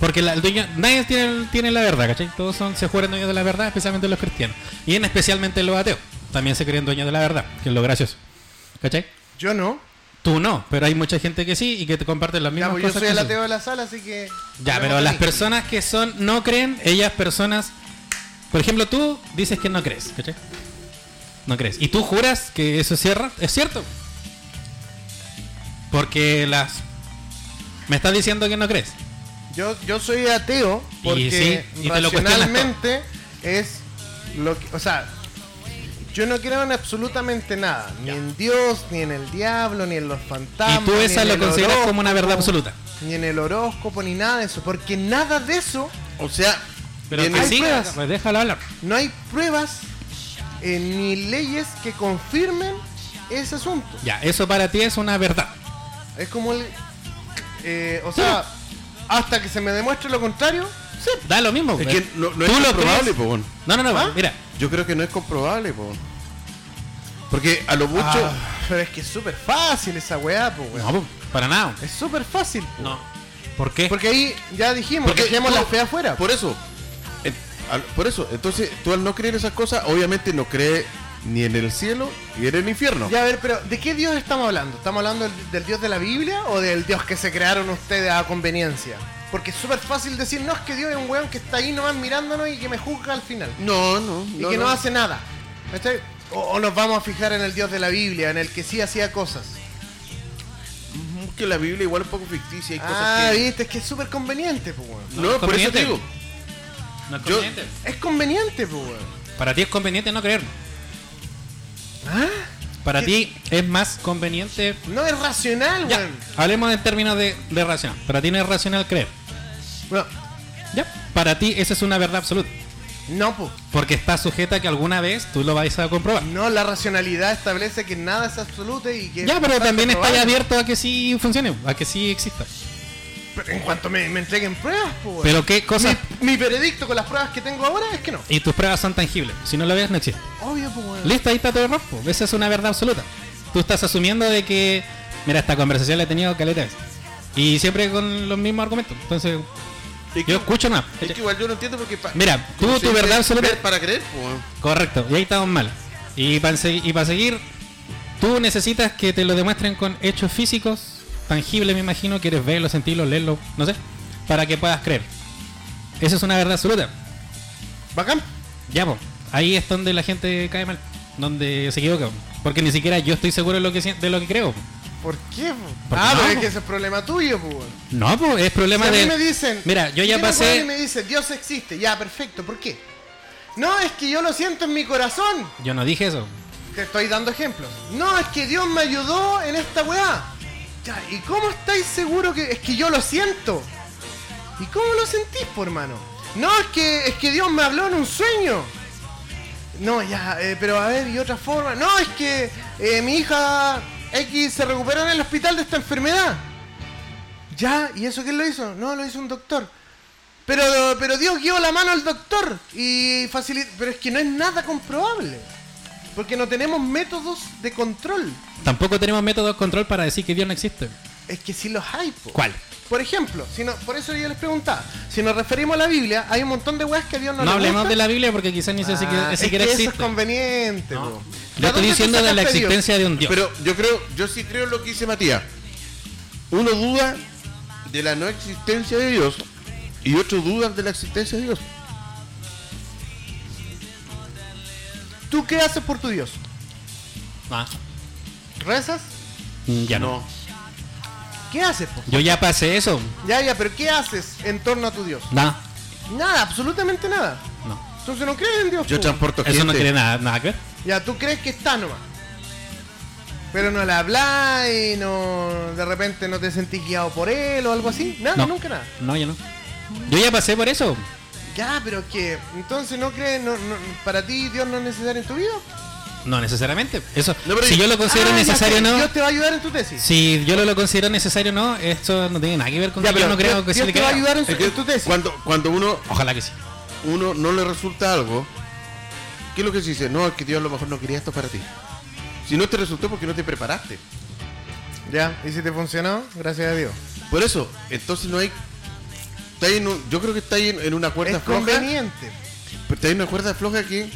Porque la, el dueño- nadie tiene, tiene la verdad, ¿cachai? Todos son, se juegan dueños de la verdad, especialmente los cristianos. Y en especialmente los ateos. También se creen dueños de la verdad, que es lo gracioso. ¿Cachai? Yo no. Tú no, pero hay mucha gente que sí y que te comparten las Ya, mismas pues yo cosas. soy que el tú. ateo de la sala, así que. Ya, pero las personas que son no creen, ellas personas, por ejemplo, tú dices que no crees, ¿cachai? No crees. Y tú juras que eso cierra, es cierto. Porque las me estás diciendo que no crees. Yo, yo soy ateo Y porque sí, y te lo cuestionas racionalmente es lo que. O sea, yo no creo en absolutamente nada. Ni en Dios, ni en el diablo, ni en los fantasmas. y tú ni esa en lo el consideras como una verdad horóscopo, absoluta. Ni en el horóscopo, ni nada de eso. Porque nada de eso O sea, Pero viene- que hay sí, pruebas. pues déjalo hablar. no hay pruebas eh, ni leyes que confirmen ese asunto. Ya, eso para ti es una verdad. Es como el. eh, o sea, hasta que se me demuestre lo contrario, sí. Da lo mismo. es güey. que no, no Tú es lo comprobable, pues, crees. po, weón. No, no, no, ¿Ah? mira. Yo creo que no es comprobable, po. Porque a lo mucho... Ah, pero es que es súper fácil esa weá, pues No, po, para nada. Es súper fácil. po. No. ¿Por qué? Porque ahí ya dijimos, Porque que dejemos tú- la fe afuera. Por eso. en- al- por eso. Entonces, tú al no creer esas cosas, obviamente no cree ni en el cielo ni en el infierno. Ya a ver, pero ¿de qué Dios estamos hablando? ¿Estamos hablando del, del Dios de la Biblia o del Dios que se crearon ustedes a conveniencia? Porque es súper fácil decir, no, es que Dios es un weón que está ahí nomás mirándonos y que me juzga al final. No, no. y que no, hace nada. ¿Cachai? O, o nos vamos a fijar en el Dios de la Biblia, en el que sí hacía cosas. Ujú, Mm, Que la Biblia igual es un poco ficticia. Hay Ah, cosas que... viste, es que es súper conveniente, pues weón. No, No, es por eso conveniente. te digo. No es Yo- conveniente. Es conveniente, pues weón. Para ti es conveniente no creer. ¿Ah? Para ¿Qué? ti es más conveniente. No es racional, Ya, weón. hablemos en términos de, de racional. Para ti no es racional creer. Bueno, Ya. Para ti esa es una verdad absoluta. No, po. Porque está sujeta a que alguna vez tú lo vais a comprobar. No, la racionalidad establece que nada es absoluto y que. Ya, pero también está ya bien abierto a que sí funcione, a que sí exista. Pero en cuanto me, me entreguen pruebas, pues. Pero qué cosas... Mi, mi veredicto con las pruebas que tengo ahora es que no. Y tus pruebas son tangibles. Si no lo ves, no existe. Obvio, pues. weón. Listo, ahí está tu error. po. Esa es una verdad absoluta. Tú estás asumiendo de que... Mira, esta conversación la he tenido caleta de veces. Y siempre con los mismos argumentos. Entonces, Es que- yo escucho nada. Es que igual yo no entiendo porque. pa- Mira, tú, ¿cómo se tu dice? verdad absoluta- Ver Para creer, po, weón. Correcto, y ahí estamos mal. Y para seguir, tú necesitas que te lo demuestren con hechos físicos, tangibles, me imagino, quieres verlo, sentirlo, leerlo, no sé, para que puedas creer. Esa es una verdad absoluta. Bacán. Ya, po, ahí es donde la gente cae mal, donde se equivoca, po. porque ni siquiera yo estoy seguro de lo que, sien- de lo que creo. po. ¿Por qué, po? Porque ah, no, pero es po. que ese es problema tuyo, pues. weón. No, pues es Si problema a mí de... me dicen. Mira, yo ya llega un weón Y pasé... me dice, Dios existe. Ya, perfecto. ¿Por qué? No, es que yo lo siento en mi corazón. Yo no dije eso. Te estoy dando ejemplos. No, es que Dios me ayudó en esta weá. Ya, ¿y cómo estáis seguro que es que yo lo siento? ¿Y cómo lo sentís, por hermano? No, es que es que Dios me habló en un sueño. No, ya, eh, pero a ver, y otra forma. No, es que eh, mi hija X se recuperó en el hospital de esta enfermedad. Ya, ¿y eso quién lo hizo? No, lo hizo un doctor. Pero, pero Dios guió la mano al doctor y facilitó. Pero es que no es nada comprobable. Porque no tenemos métodos de control. Tampoco tenemos métodos de control para decir que Dios no existe. Es que sí los hay, po. ¿Cuál? Por ejemplo, si no, por eso yo les preguntaba, si nos referimos a la Biblia, hay un montón de weas que a Dios no, No, le hablemos gusta. de la Biblia porque quizás ni se- Ah, siquiera es que siquiera eso es existe. conveniente, No. po. Yo ¿A estoy dónde diciendo te de la sacaste Dios? existencia de un Dios. Pero yo creo, yo sí creo lo que dice Matías. Uno duda de la no existencia de Dios y otro duda de la existencia de Dios. ¿Tú qué haces por tu Dios? Ah, Mm, ¿Rezas? ya no. ¿Qué haces, po? Yo ya pasé eso. Ya, ya, pero ¿qué haces en torno a tu Dios? No, Nada, absolutamente nada. no. Entonces no crees en Dios. Yo po. transporto gente. Eso no tiene nada, nada que ver. Ya, tú crees que está nomás. Pero no le habláis, no, de repente no te sentís guiado por él o algo así. Nada, No. Ah, nunca nada. No, yo no. Yo ya pasé por eso. Ya, pero es que entonces no crees, no, no- para ti Dios no es necesario en tu vida. No necesariamente. Eso, No, pero si y- yo lo considero Ah, ya necesario o sé, no, Dios te va a ayudar en tu tesis. si yo lo, lo considero necesario o no, esto no tiene nada que ver con Ya, que yo pero no creo Dios- que se Dios le te va a crea. ayudar en, su- Es que en tu tesis. cuando, cuando uno, Ojalá que sí. uno no le resulta algo, ¿qué es lo que se dice? No, es que Dios a lo mejor no quería esto para ti. Si no te resultó porque no te preparaste. Ya, y si te funcionó, gracias a Dios. Por eso, entonces no hay. está ahí en un- yo creo que está ahí en, en una cuerda Es floja. conveniente. Pero está ahí en una cuerda floja que.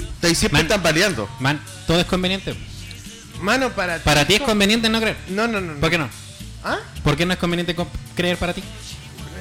Está ahí siempre Man. tambaleando. Man, todo es conveniente. Mano, para ti. Para ti es conveniente no creer. No, no, no. no. ¿Por qué no? ¿Ah? ¿Por qué no es conveniente co- creer para ti?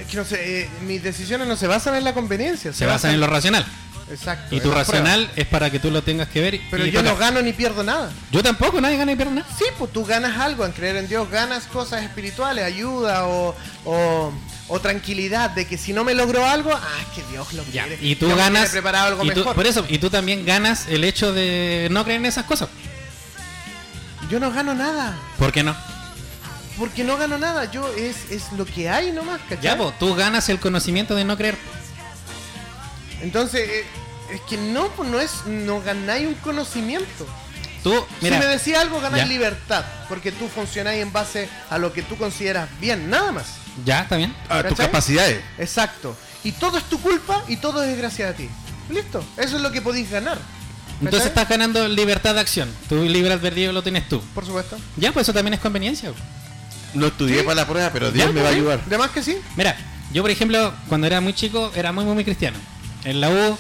Es que no sé, eh, mis decisiones no se basan en la conveniencia. Se basan en lo racional. Exacto. Y en tu las pruebas. racional es para que tú lo tengas que ver. y- Pero y yo no tocar. gano ni pierdo nada. Yo tampoco, nadie gana y pierde nada. Sí, pues tú ganas algo en creer en Dios, ganas cosas espirituales, ayuda o, o- o tranquilidad de que si no me logró algo, ah, es que Dios lo Ya, quiere. y tú Dios me tiene ganas. preparado algo y tú- mejor. por eso, y tú también ganas el hecho de no creer en esas cosas. e- Yo no gano nada, ¿Por qué no? porque no gano nada, yo es, es lo que hay nomás, ¿cachai? Ya, pues. po, tú ganas el conocimiento de no creer. Entonces, eh, es que no, pues no es, no ganáis un conocimiento. Tú, mira, si me decís algo, ganáis Ya. libertad, porque tú funcionáis en base a lo que tú consideras bien, nada más. ya, está bien. A tus ¿Cachai? capacidades. Exacto. Y todo es tu culpa y todo es gracias a ti. Listo. Eso es lo que podéis ganar. Entonces ¿Cachai? estás ganando libertad de acción. Tu libre albedrío lo tienes tú. Por supuesto. Ya, pues eso también es conveniencia. po. No estudié para la prueba, pero Dios Ya, me va a ayudar. ¿eh? De más que sí. Mira, yo por ejemplo, cuando era muy chico, era muy, muy, muy cristiano. En la U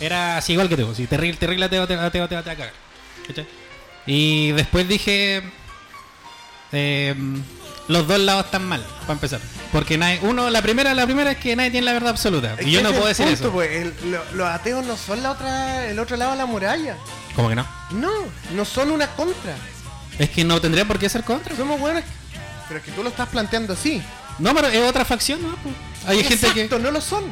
era así igual que tú. Si terrible, terrible, ateo, ateo, ateo, ateo, ateo, a cagar. ¿Cachai? Y después dije, eh, los dos lados están mal, para empezar. Porque nadie, uno, la primera, la primera es que nadie tiene la verdad absoluta. Es Y yo que no ese puedo es decir el eso. punto, pues. El- lo- los ateos no son la otra, el otro lado de la muralla. ¿Cómo que no? No, no son una contra. Es que no tendría por qué ser contra. Somos buenos. Pero es que tú lo estás planteando así. No, pero es otra facción, ¿no? pues. Hay Exacto, gente que. no lo son.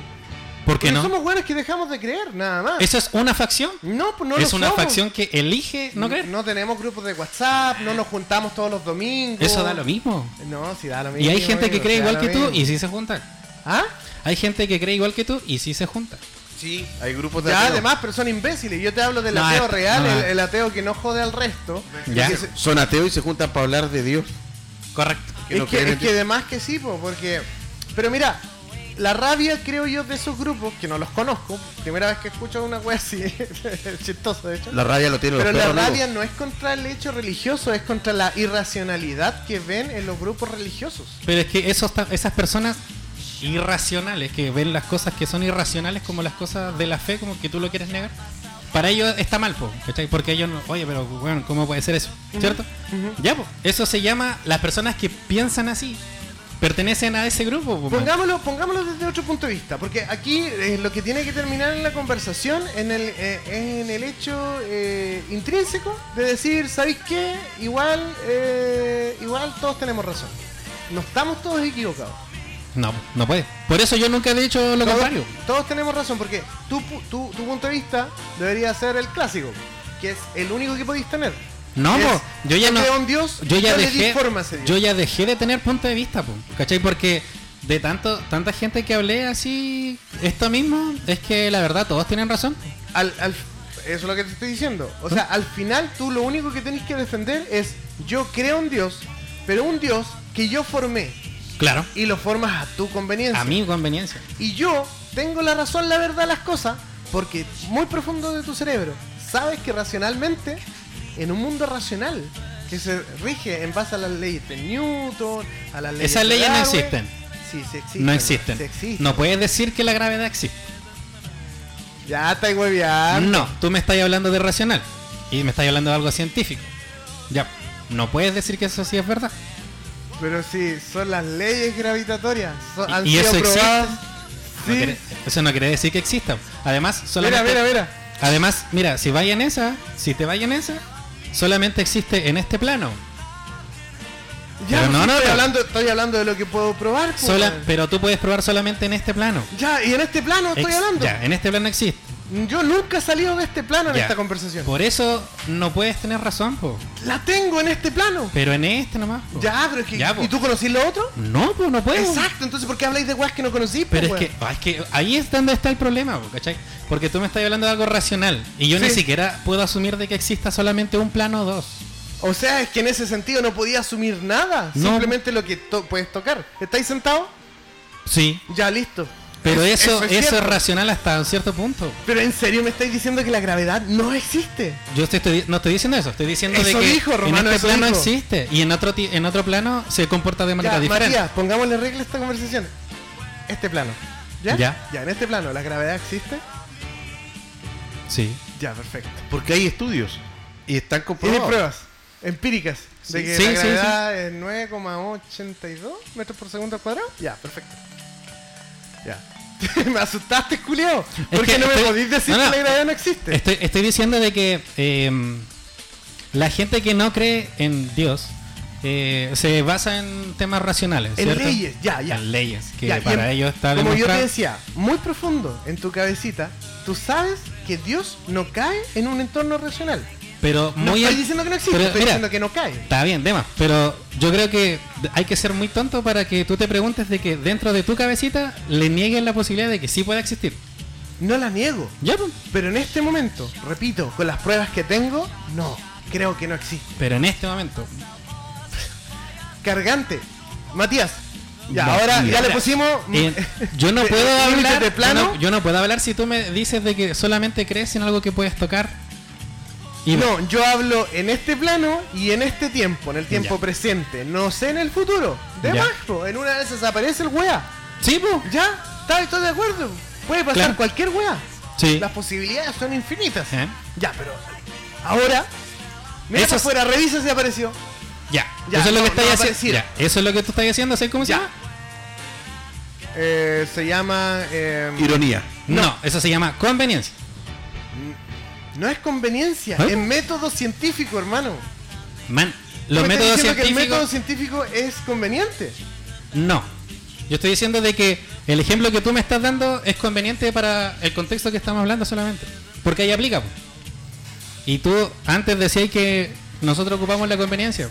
¿Por qué Pero no? somos buenos que dejamos de creer, nada más. Esa es una facción. No, pues no lo es una somos. facción que elige no creer. No tenemos grupos de WhatsApp, no nos juntamos todos los domingos. Eso da lo mismo. No, sí da lo mismo. Y hay gente que amigo, cree sí da igual lo que tú mismo. y sí se junta. ¿Ah? Hay gente que cree igual que tú y sí se junta. Sí, hay grupos de Ya, ateos. además, pero son imbéciles. Yo te hablo del No, ateo es- real, no, el, no. el ateo que no jode al resto. Ya. Que se- Son ateos y se juntan para hablar de Dios. Correcto. Que Es no que, creen es en que Dios. además que sí, po, porque... Pero mira, la rabia, creo yo, de esos grupos, que no los conozco, primera vez que escucho una wea así, es chistoso de hecho. La rabia lo tiene pero los la perros, amigo. rabia no es contra el hecho religioso, es contra la irracionalidad que ven en los grupos religiosos. Pero es que esos, ta- esas personas irracionales que ven las cosas que son irracionales como las cosas de la fe, como que tú lo quieres negar, para ellos está mal, po, ¿cachai? Porque ellos no, oye, pero bueno, ¿cómo puede ser eso? ¿Cierto? Ya, po, eso se llama, las personas que piensan así pertenecen a ese grupo, po, man. Pongámoslo, pongámoslo desde otro punto de vista, porque aquí eh, lo que tiene que terminar en la conversación en el, eh, es en el hecho eh, intrínseco de decir, ¿sabéis qué? Igual, eh, igual todos tenemos razón. No estamos todos equivocados. No, no puede. Por eso yo nunca he dicho lo todos, contrario. todos tenemos razón, porque tu, pu- tu, tu punto de vista debería ser el clásico, que es el único que podéis tener. No, Es, po, yo ya no. creo en Dios, yo ya no le dejé. disforma a ese Dios. Yo ya dejé de tener punto de vista, po, ¿cachai? Porque de tanto, tanta gente que hablé así, esto mismo, es que la verdad todos tienen razón. al, al- eso es lo que te estoy diciendo. O sea, al final tú lo único que tenés que defender es yo creo en Dios, pero un Dios que yo formé Claro. y lo formas a tu conveniencia. A mi conveniencia. Y yo tengo la razón, la verdad, las cosas, porque muy profundo de tu cerebro sabes que racionalmente, en un mundo racional que se rige en base a las leyes de Newton, a las leyes Esas de leyes no Darwin, existen. Sí, sí existen. No existen. Sí existen. No puedes decir que la gravedad existe. Ya está hueveando. No, tú me estás hablando de racional y me estás hablando de algo científico. Ya, no puedes decir que eso sí es verdad. Pero sí, son las leyes gravitatorias. Son- ¿Y- han y sido eso existe? probadas. No Sí. quiere- eso no quiere decir que exista. Además, mira, solamente mira, mira. Además, mira, si vaya en esa, si te vaya en esa, solamente existe en este plano. Ya, Pero no, no, no, estoy, pero- hablando, estoy hablando de lo que puedo probar. pues, Sola- weón. pero tú puedes probar solamente en este plano. Ya, y en este plano estoy Ex- hablando. Ya, en este plano existe. Yo nunca he salido de este plano Ya. en Pues- esta conversación. Por eso no puedes tener razón, po. La tengo en este plano. Pero en este nomás. po. Ya, pero es que. Ya, po. ¿Y tú conocís lo otro? No, pues no puedes. Exacto, entonces ¿por qué habláis de weas que no conocís? Pero pues, es que, weón? ah, es que ahí es donde está el problema, po, ¿cachai? Porque tú me estás hablando de algo racional y yo ni Sí. siquiera puedo asumir de que exista solamente un plano o dos. O sea, es que en ese sentido no podía asumir nada. No. Simplemente lo que to- puedes tocar. ¿Estáis sentado? Sí. Ya, listo. Pero Es- eso, eso, es cierto. racional hasta un cierto punto. Pero en serio me estáis diciendo que la gravedad no existe. Yo te estoy- no estoy diciendo eso, estoy diciendo Eso de que dijo, Romano, en este eso plano dijo. existe y en otro ti- en otro plano se comporta de manera Ya, diferente. Matías, pongámosle regla a esta conversación. Este plano. ¿Ya? Ya. en este plano, ¿la gravedad existe? Sí. Ya, perfecto. Porque hay estudios y están Y hay comprobados. pruebas empíricas de Oh. Sí. que Sí, la sí, gravedad es 9,82 metros por segundo al cuadrado. Ya, perfecto. Ya. me asustaste, culiao. Porque que no me estoy- podís decir no, no. que la gravedad no existe. Estoy, estoy diciendo de que eh, la gente que no cree en Dios eh, se basa en temas racionales, En ¿cierto? leyes, ya, ya. En leyes, que Ya, y para en- ellos está Como yo te demostrado. decía, muy profundo en tu cabecita, tú sabes que Dios no cae en un entorno racional. Pero No muy estoy al- diciendo que no existe, pero estoy mira, diciendo que no cae. Está bien, Dema, pero yo creo que hay que ser muy tonto para que tú te preguntes de que dentro de tu cabecita le niegues la posibilidad de que sí pueda existir. No la niego. Ya, pues. Pero en este momento, repito, con las pruebas que tengo, no, creo que no existe. Pero en este momento, Cargante. Matías, ya, Matías. ahora ya le pusimos... eh, yo no puedo límites hablar. de plano. Yo, no, yo no puedo hablar si tú me dices de que solamente crees en algo que puedes tocar. Y No, yo hablo en este plano y en este tiempo, en el tiempo Ya. presente. No sé en el futuro. De Ya. más, po, en una de esas aparece el wea. Sí, po. Ya, está, estoy de acuerdo. Puede pasar Claro. cualquier weá. Sí. Las posibilidades son infinitas. ¿Eh? Ya, pero ahora. Mira Eso para es- afuera, revisa si apareció. Ya. Ya, Eso es lo que no, no estás haciendo. apareciera. ya, Eso es lo que tú estás haciendo, ¿sabes cómo se Ya. llama? Eh, se llama. eh, Ironía. No. eso se llama conveniencia. no es conveniencia, ¿Eh? es método científico, hermano. Man, ¿Tú los me estás métodos diciendo científicos. que el método científico es conveniente. No. Yo estoy diciendo de que el ejemplo que tú me estás dando es conveniente para el contexto que estamos hablando solamente. Porque ahí aplica. po. Y tú antes decías que nosotros ocupamos la conveniencia.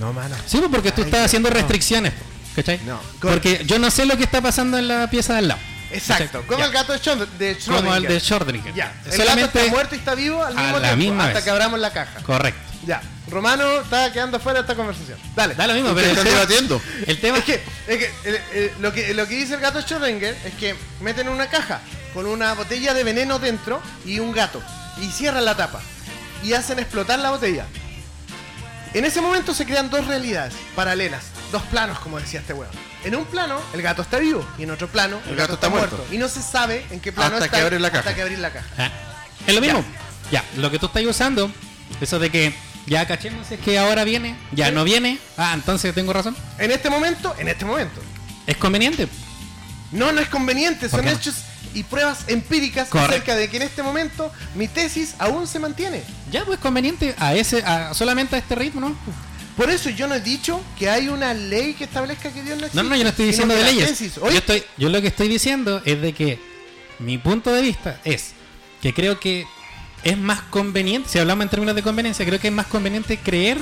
No, mano. Sí, pues, porque tú Ay, estás haciendo no. restricciones, ¿cachai? No. Porque yo no sé lo que está pasando en la pieza de al lado. Exacto, como Ya. el gato de Schrödinger. de Schrödinger. Como el de Schrödinger. Ya, el gato Solamente. está muerto y está vivo al a mismo la tiempo, misma hasta vez. que abramos la caja. Correcto. Ya, Romano está quedando fuera de esta conversación. Dale. Da lo mismo, pero Ustedes el están tema, debatiendo. el tema Es que, es que, eh, eh, lo que lo que dice el gato Schrödinger es que meten una caja con una botella de veneno dentro y un gato y cierran la tapa y hacen explotar la botella. En ese momento se crean dos realidades paralelas, dos planos como decía este huevo. En un plano el gato está vivo y en otro plano el, gato, está, muerto. y no se sabe en qué plano Hasta está que abres la hasta caja. que abrir la caja. Ah, es lo mismo. Ya. lo que tú estás usando, eso de que ya cachemos si es que ahora viene, ya Sí. no viene. Ah, entonces tengo razón. En este momento, en este momento. Es conveniente. No, no es conveniente, ¿Por son qué no? hechos y pruebas empíricas Correcto. acerca de que en este momento mi tesis aún se mantiene. Ya, pues conveniente a ese, a- solamente a este ritmo, ¿no? Por eso yo no he dicho que hay una ley que establezca que Dios no existe. No, no, yo no estoy sino diciendo que de las leyes. tesis- Yo, Oye, estoy, yo lo que estoy diciendo es de que mi punto de vista es que creo que es más conveniente, si hablamos en términos de conveniencia, creo que es más conveniente creer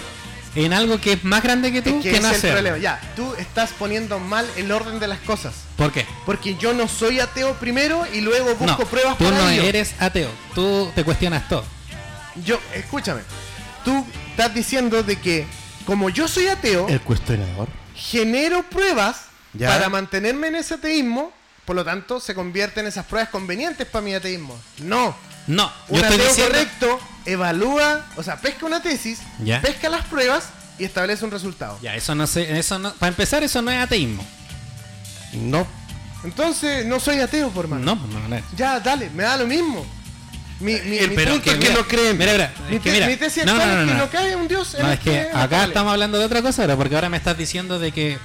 en algo que es más grande que es tú que, que ese no es el hacer. problema. Ya, tú estás poniendo mal el orden de las cosas. ¿Por qué? Porque yo no soy ateo primero y luego No, busco pruebas tú para no ello. eres ateo, tú te cuestionas todo. Yo, escúchame. Tú estás diciendo de que como yo soy ateo, cuestionador. genero pruebas Ya. para mantenerme en ese ateísmo, por lo tanto se convierten esas pruebas convenientes para mi ateísmo. No. No, Un yo estoy ateo diciendo... correcto evalúa, o sea, pesca una tesis, Ya. pesca las pruebas y establece un resultado. Ya, eso no sé, eso no... Para empezar, eso no es ateísmo. No. Entonces, no soy ateo, por mano. No, pues, no, no es. Ya, dale, me da lo mismo. Mi, mi, mi Pero punto es que mira, no creen. Mira, mira, mi, es que te- mira, mi tesis no, actual no, no, es que no. no, cae un dios en No, el es que no acá creen. estamos hablando de otra cosa ahora, porque ahora me estás diciendo de que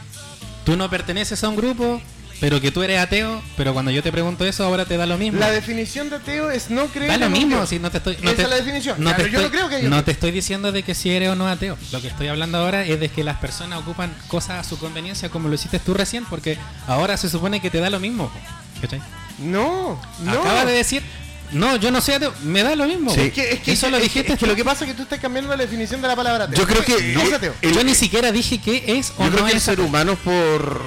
tú no perteneces a un grupo, pero que tú eres ateo, pero cuando yo te pregunto eso ahora te da lo mismo. La definición de ateo es no creer da en lo un mismo Dios. si no te estoy no Esa te- es la definición. no Ya, te pero yo estoy- no creo que haya no te estoy diciendo de que si eres o no ateo. Lo que estoy hablando ahora es de que las personas ocupan cosas a su conveniencia como lo hiciste tú recién, porque ahora se supone que te da lo mismo. po. ¿Cachai? No, no. Acabas de decir, no, yo no soy ateo, me da lo mismo. Sí. po. Es que, es que, eso lo es que- dijiste es que lo que pasa es que tú estás cambiando la definición de la palabra ateo. Yo creo que- No es ateo. yo ni siquiera dije que es o Yo creo no que el es ser humano por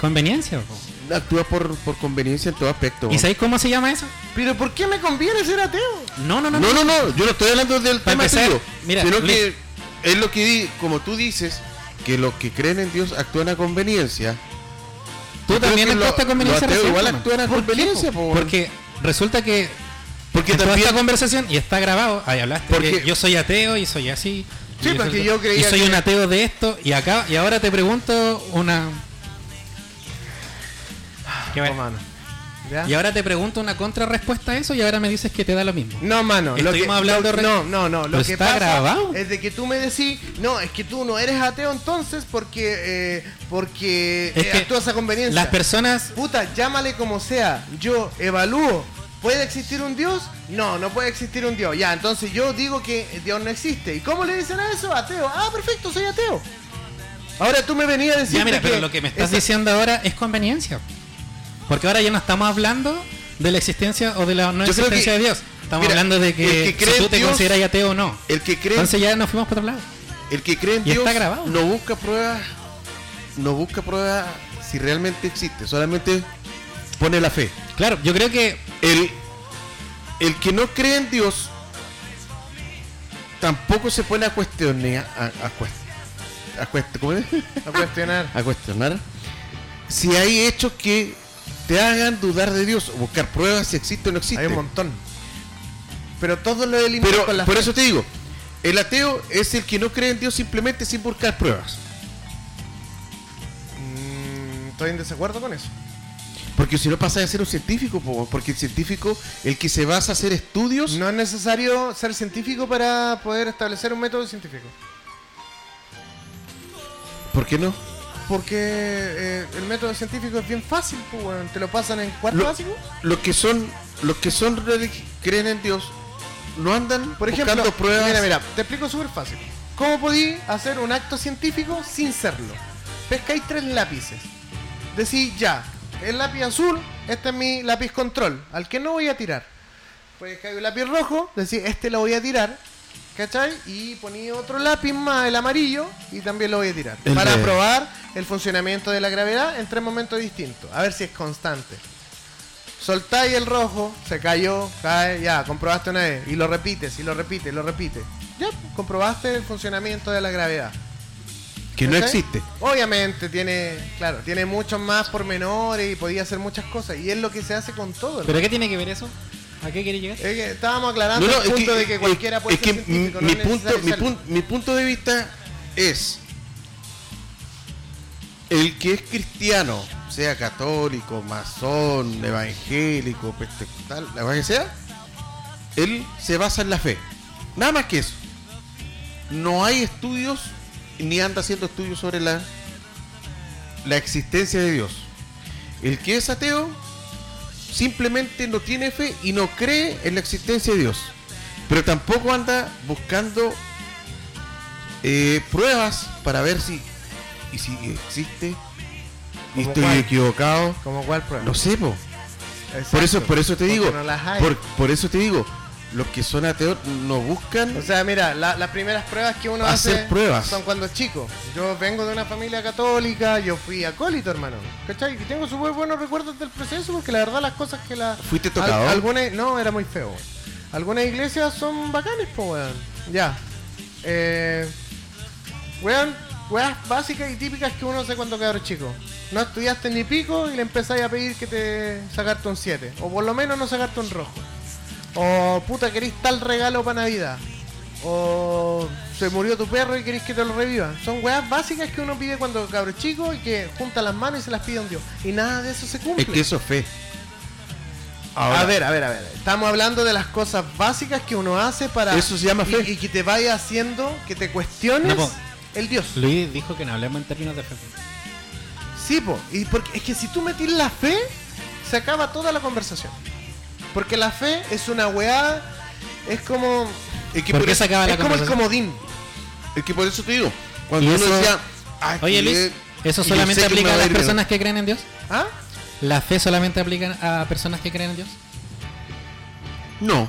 conveniencia. po. actúa por, por conveniencia en todo aspecto. ¿Y sabéis cómo se llama eso? Pero ¿por qué me conviene ser ateo? No, no, no. No, no, no, yo no estoy hablando del Para tema empezar, tuyo, mira, sino Luis. que es lo que di, como tú dices, que los que creen en Dios actúan a conveniencia. Tú Yo creo también que lo- actuaste a conveniencia los ateos recién, igual Tomás. actúan a ¿Por qué, conveniencia, po? po? Porque resulta que Porque en toda también esta conversación y está grabado, ahí hablaste Porque- que yo soy ateo y soy así. Sí, y yo porque soy- yo creía y soy que- un ateo de esto y acá y ahora te pregunto una Qué bueno. No, Oh, mano. ¿Ya? Y ahora te pregunto una contrarrespuesta a eso y ahora me dices que te da lo mismo. No, mano. Lo que, Estuvimos hablando lo- re- no, no, no. Lo Pero que está pasa grabado. es de que tú me decís, no, es que tú no eres ateo entonces porque, eh, porque Es eh, que actúas a conveniencia. Las personas Puta, llámale como sea. Yo evalúo. ¿Puede existir un Dios? No, no puede existir un Dios. Ya, entonces yo digo que Dios no existe. ¿Y cómo le dicen a eso? Ateo. Ah, perfecto, soy ateo. Ahora tú me venías a decir Ya, mira, pero lo que me estás esa- diciendo ahora es conveniencia. Porque ahora ya no estamos hablando de la existencia o de la no Yo creo existencia que- de Dios. Estamos mira, hablando de que, el que cree si tú en te Dios- consideras ateo o no. el que cree, Entonces ya nos fuimos para otro lado. el que cree en y Dios está grabado. no busca pruebas, no busca pruebas si realmente existe, solamente pone la fe. Claro, yo creo que El, el que no cree en Dios tampoco se pone a cuestionar. A, a, cuest- a cuest- ¿cómo es? A cuestionar. Ah, a cuestionar si hay hechos que te hagan dudar de Dios o buscar pruebas si existe o no existe. Hay un montón. Pero todos lo eliminan Pero con la por fe. eso te digo, el ateo es el que no cree en Dios simplemente sin buscar pruebas. Mm, estoy en desacuerdo con eso. Porque si no pasa de ser un científico, po, porque el científico, el que se basa a hacer estudios, No es necesario ser científico para poder establecer un método científico. ¿por qué no? Porque eh, el método científico es bien fácil, pues, weón. te lo pasan en cuarto Lo, básico. lo que son, los que son religi- creen en Dios, no andan Por ejemplo, buscando pruebas. mira, mira, te explico súper fácil. ¿Cómo podí hacer un acto científico sin serlo? Pescáis tres lápices. Decís ya, el lápiz azul, este es mi lápiz control, al que no voy a tirar. Pescáis un Pues lápiz rojo, decís este lo voy a tirar, ¿cachai? Y poní otro lápiz más, el amarillo, y también lo voy a tirar. El para de- probar el funcionamiento de la gravedad en tres momentos distintos, a ver si es constante. Soltáis el rojo, se cayó, cae, ya, comprobaste una vez. Y lo repites, y lo repites, y lo repites. Ya, comprobaste el funcionamiento de la gravedad. Que no ¿Cachai? existe. Obviamente tiene, claro, tiene muchos más pormenores y podía hacer muchas cosas. Y es lo que se hace con todo. hermano. ¿Pero qué tiene que ver eso? ¿A qué quiere llegar? Es que estábamos aclarando No, no, el punto es de que cualquiera puede es ser que científico, no mi, es punto, necesario mi, serlo. pun- mi punto de vista es el que es cristiano, sea católico, masón, evangélico, pentecostal, la verdad que sea, él se basa en la fe. Nada más que eso. No hay estudios ni anda haciendo estudios sobre la la existencia de Dios. El que es ateo simplemente no tiene fe y no cree en la existencia de Dios. Pero tampoco anda buscando eh, pruebas para ver si, y si existe. Y ¿Como estoy cuál? equivocado. Como cual prueba. No sé, po. Exacto. por eso, por eso te Porque digo. no las hay. por, por eso te digo. Los que son ateos no buscan. O sea, mira, la- las primeras pruebas que uno Hacer hace pruebas. son cuando es chico. Yo vengo de una familia católica, yo fui acólito, hermano. ¿Cachai? Y tengo súper buenos recuerdos del proceso porque la verdad las cosas que la... ¿Fuiste tocado? Al- algunas, no, era muy feo. Algunas iglesias son bacanes, po, weón. Ya. Eh, weón, weas básicas y típicas que uno hace cuando cabros chico. No estudiaste ni pico y le empezáis a pedir que te sacarte un 7. O por lo menos no sacarte un rojo. O puta, querís tal regalo para Navidad. O se murió tu perro y querís que te lo revivan. Son weas básicas que uno pide cuando cabro chico y que junta las manos y se las pide a un Dios. Y nada de eso se cumple. Es que eso es fe. A ver, a ver, a ver. Estamos hablando de las cosas básicas que uno hace para. Eso se llama fe. Y, y que te vaya haciendo, que te No, cuestiones po. el Dios. Luis dijo que no hablemos en términos de fe. Sí, po. Y porque, es que si tú metís la fe, se acaba toda la conversación. Porque la fe es una weá. Es como. Es que ¿Por por qué eso- se acaba la es como el conversación? comodín. Es que por eso te digo, cuando Y uno eso- decía, "Ah, Oye que Luis, yo- ¿eso yo sé solamente que me aplica va a ir las bien". personas que creen en Dios? ¿Ah? ¿La fe solamente aplica a personas que creen en Dios? No,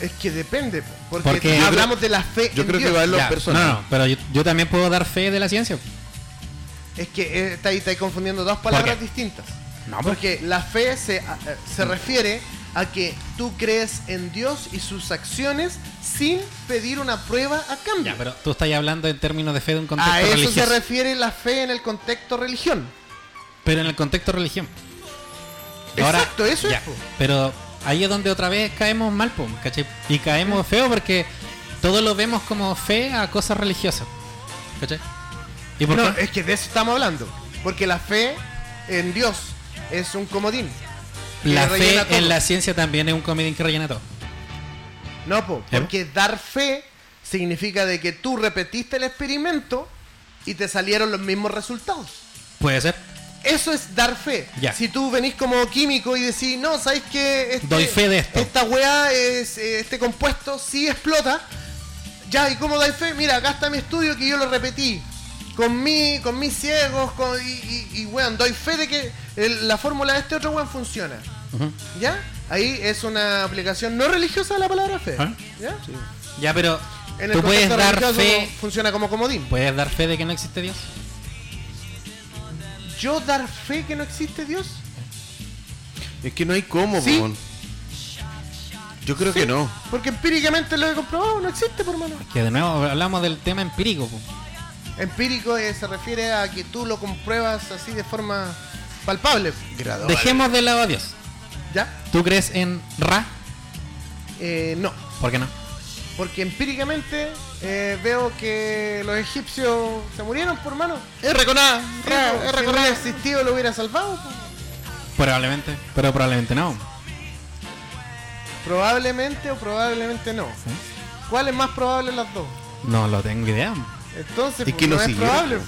Es que depende, po. Porque, Porque yo hablamos de la fe. yo en creo que Dios. va en las Ya, personas. No, no, pero yo, yo también puedo dar fe de la ciencia. Es que eh, está ahí, está ahí confundiendo dos palabras qué? distintas. No, pues. Porque la fe se, eh, se refiere a que tú crees en Dios y sus acciones sin pedir una prueba a cambio. Ya, pero tú estás hablando en términos de fe de un contexto a eso se religioso. refiere la fe en el contexto religión. pero en el contexto religión. Exacto, eso es, po. Pero ahí es donde otra vez caemos mal, po, ¿cachai? Y caemos feo porque todos lo vemos como fe a cosas religiosas. ¿Cachai? ¿Y por No, qué? es que de eso estamos hablando. Porque la fe en Dios es un comodín. que la fe rellena todo. en la ciencia también es un comedín que rellena todo. No, po, ¿Ya? porque dar fe significa de que tú repetiste el experimento y te salieron los mismos resultados. Puede ser. Eso es dar fe. Ya. Si tú venís como químico y decís, no, ¿sabes qué? Este- Doy fe de esto. Esta weá, es, eh, este compuesto sí explota. Ya, ¿y cómo dais fe? Mira, acá está mi estudio que yo lo repetí. Con, mi, con mis ciegos, con, y, y, y, weón, doy fe de que el- la fórmula de este otro weón funciona. ¿Ya? Ahí es una aplicación no religiosa de la palabra fe. Ah. ¿Ya? Ya, pero En el tú puedes contexto dar religioso fe, Funciona como comodín. puedes dar fe de que no existe Dios. ¿Yo dar fe que no existe Dios? Es que no hay cómo, ¿Sí? po. Yo creo que no. Porque empíricamente lo he comprobado, no existe, por hermano. Que de nuevo hablamos del tema empírico. po. Oh, Empírico eh, se refiere a que tú lo compruebas así de forma palpable. Gradual. Dejemos de lado a Dios. ¿Ya? ¿Tú crees en Ra? Eh, no. ¿Por qué no? Porque empíricamente eh, veo que los egipcios se murieron, por mano. R con A. Claro, si no hubiera existido lo hubiera salvado. pues. po. Probablemente, pero probablemente no. Probablemente o probablemente no. ¿Cuál es más probable las dos? ¿eh? No lo tengo idea. Entonces, ¿Y pues, qué no nos es siguieron? probable.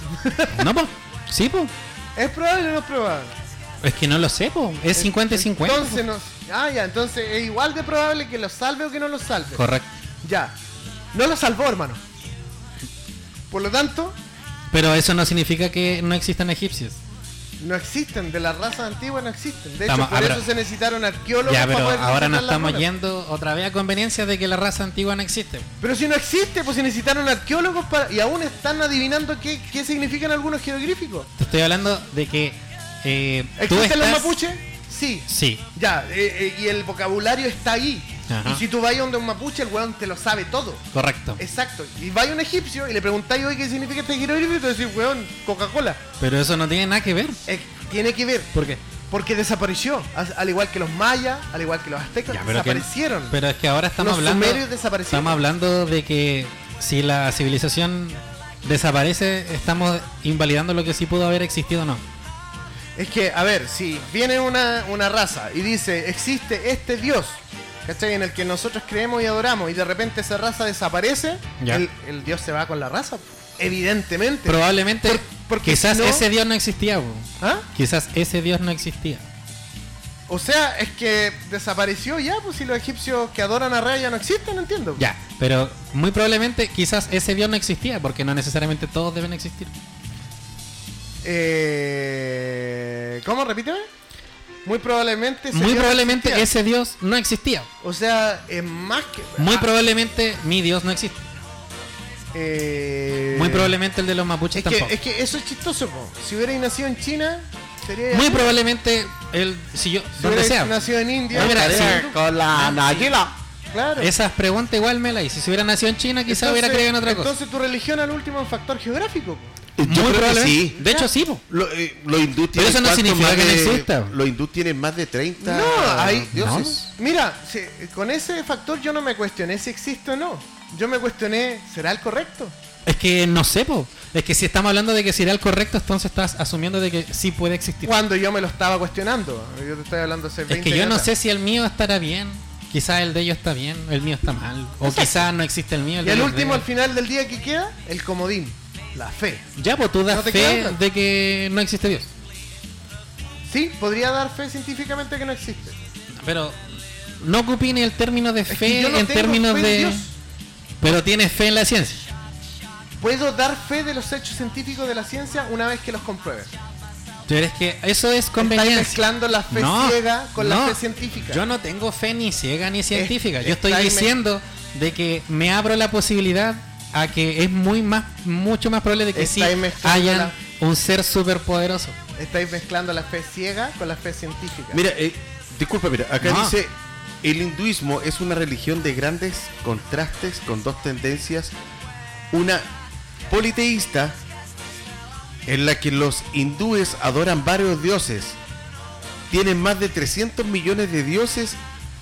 No, pues. Sí, pues. ¿Es probable o no es probable? Es que no lo sé, po. Es 50 y 50. po. Entonces, nos... ah, ya, entonces es igual de probable que lo salve o que no lo salve. Correcto. Ya. No lo salvó, hermano. Por lo tanto, Pero eso no significa que no existan egipcios. no existen. De las razas antiguas no existen. De hecho, Estamos- por ah, eso pero- se necesitaron arqueólogos Ya, pero para poder ahora nos resolver las estamos ruinas. yendo otra vez a conveniencia de que la raza antigua no existe. Pero si no existe, pues se necesitaron arqueólogos para... Y aún están adivinando qué, qué significan algunos jeroglíficos. Te estoy hablando de que. eh, tú ¿Existen los estás- mapuches? sí. Sí. Ya, eh, eh, y el vocabulario está ahí. Ajá. Y si tú vas donde un mapuche, el weón te lo sabe todo. Correcto. Exacto. Y vaya un egipcio y le preguntáis, oye, ¿qué significa este jeroglífico? Y te decís, weón, Coca-Cola. Pero eso no tiene nada que ver. Eh, tiene que ver. ¿Por qué? Porque desapareció. As- Al igual que los mayas, al igual que los aztecas, Ya, pero que- desaparecieron. pero es que ahora estamos Los hablando. sumerios desaparecieron. Estamos hablando de que si la civilización desaparece, estamos invalidando lo que sí pudo haber existido o no. Es que, a ver, si viene una, una raza y dice, existe este dios, ¿cachai? En el que nosotros creemos y adoramos, y de repente esa raza desaparece, Ya. el, el dios se va con la raza, evidentemente. Probablemente. Por- porque quizás si no- ese dios no existía. po. ¿Ah? Quizás ese dios no existía. O sea, es que desapareció ya, pues si los egipcios que adoran a Ra ya no existen, no entiendo. Ya. Pero muy probablemente quizás ese dios no existía, porque no necesariamente todos deben existir. Eh, ¿Cómo? Repíteme. Muy probablemente... ese muy dios probablemente existía. ese dios no existía. O sea, es más que... Muy ah, probablemente mi dios no existe. eh, Muy probablemente el de los mapuches Es que, tampoco. es que eso es chistoso, po. Si hubierais nacido en China, sería. Muy probablemente el si yo Si donde hubierais sea. nacido en India, No, mira, estaría- sí. Con la Nayila. claro. Esas preguntas igual me las hice. Si hubiera nacido en China, quizás hubiera creído en otra cosa. Entonces tu religión al último es un factor geográfico. po. Yo Muy creo que probablemente. sí. De hecho, sí. po. Lo- eh, los hindúes Pero eso no ¿cuánto significa más que no de- exista. Los hindúes tienen más de 30 No, hay- dioses. Mira, si- con ese factor yo no me cuestioné si existe o no. Yo me cuestioné, ¿será el correcto? Es que no sé, po. Es que si estamos hablando de que será el correcto, entonces estás asumiendo de que sí puede existir. Cuando yo me lo estaba cuestionando. Yo te estoy hablando hace 20 Es que yo años no atrás. sé si el mío estará bien. Quizás el de ellos está bien, el mío está mal. O Exacto. quizás no existe el mío. Y de el ellos último, al debe. final del día, que queda? El comodín. La fe. Ya, pues tú das No te fe quedas. de que no existe Dios. Sí, podría dar fe científicamente que no existe. Pero no ocupine el término de Es que fe yo no en tengo términos fe en de. Dios. Pero tienes fe en la ciencia. Puedo dar fe de los hechos científicos de la ciencia una vez que los compruebe. Pero es que eso es Estáis conveniencia. mezclando la fe No, ciega con la no. fe científica. Yo no tengo fe ni ciega ni científica. Yo estoy estáis mez- diciendo de que me abro la posibilidad a que es muy más, mucho más probable de que sí Estáis mezclando hayan la- un ser superpoderoso. Estáis mezclando la fe ciega con la fe científica. Mira, eh, disculpa, mira, acá No. dice, el hinduismo es una religión de grandes contrastes con dos tendencias, una politeísta, en la que los hindúes adoran varios dioses, tienen más de 300 millones de dioses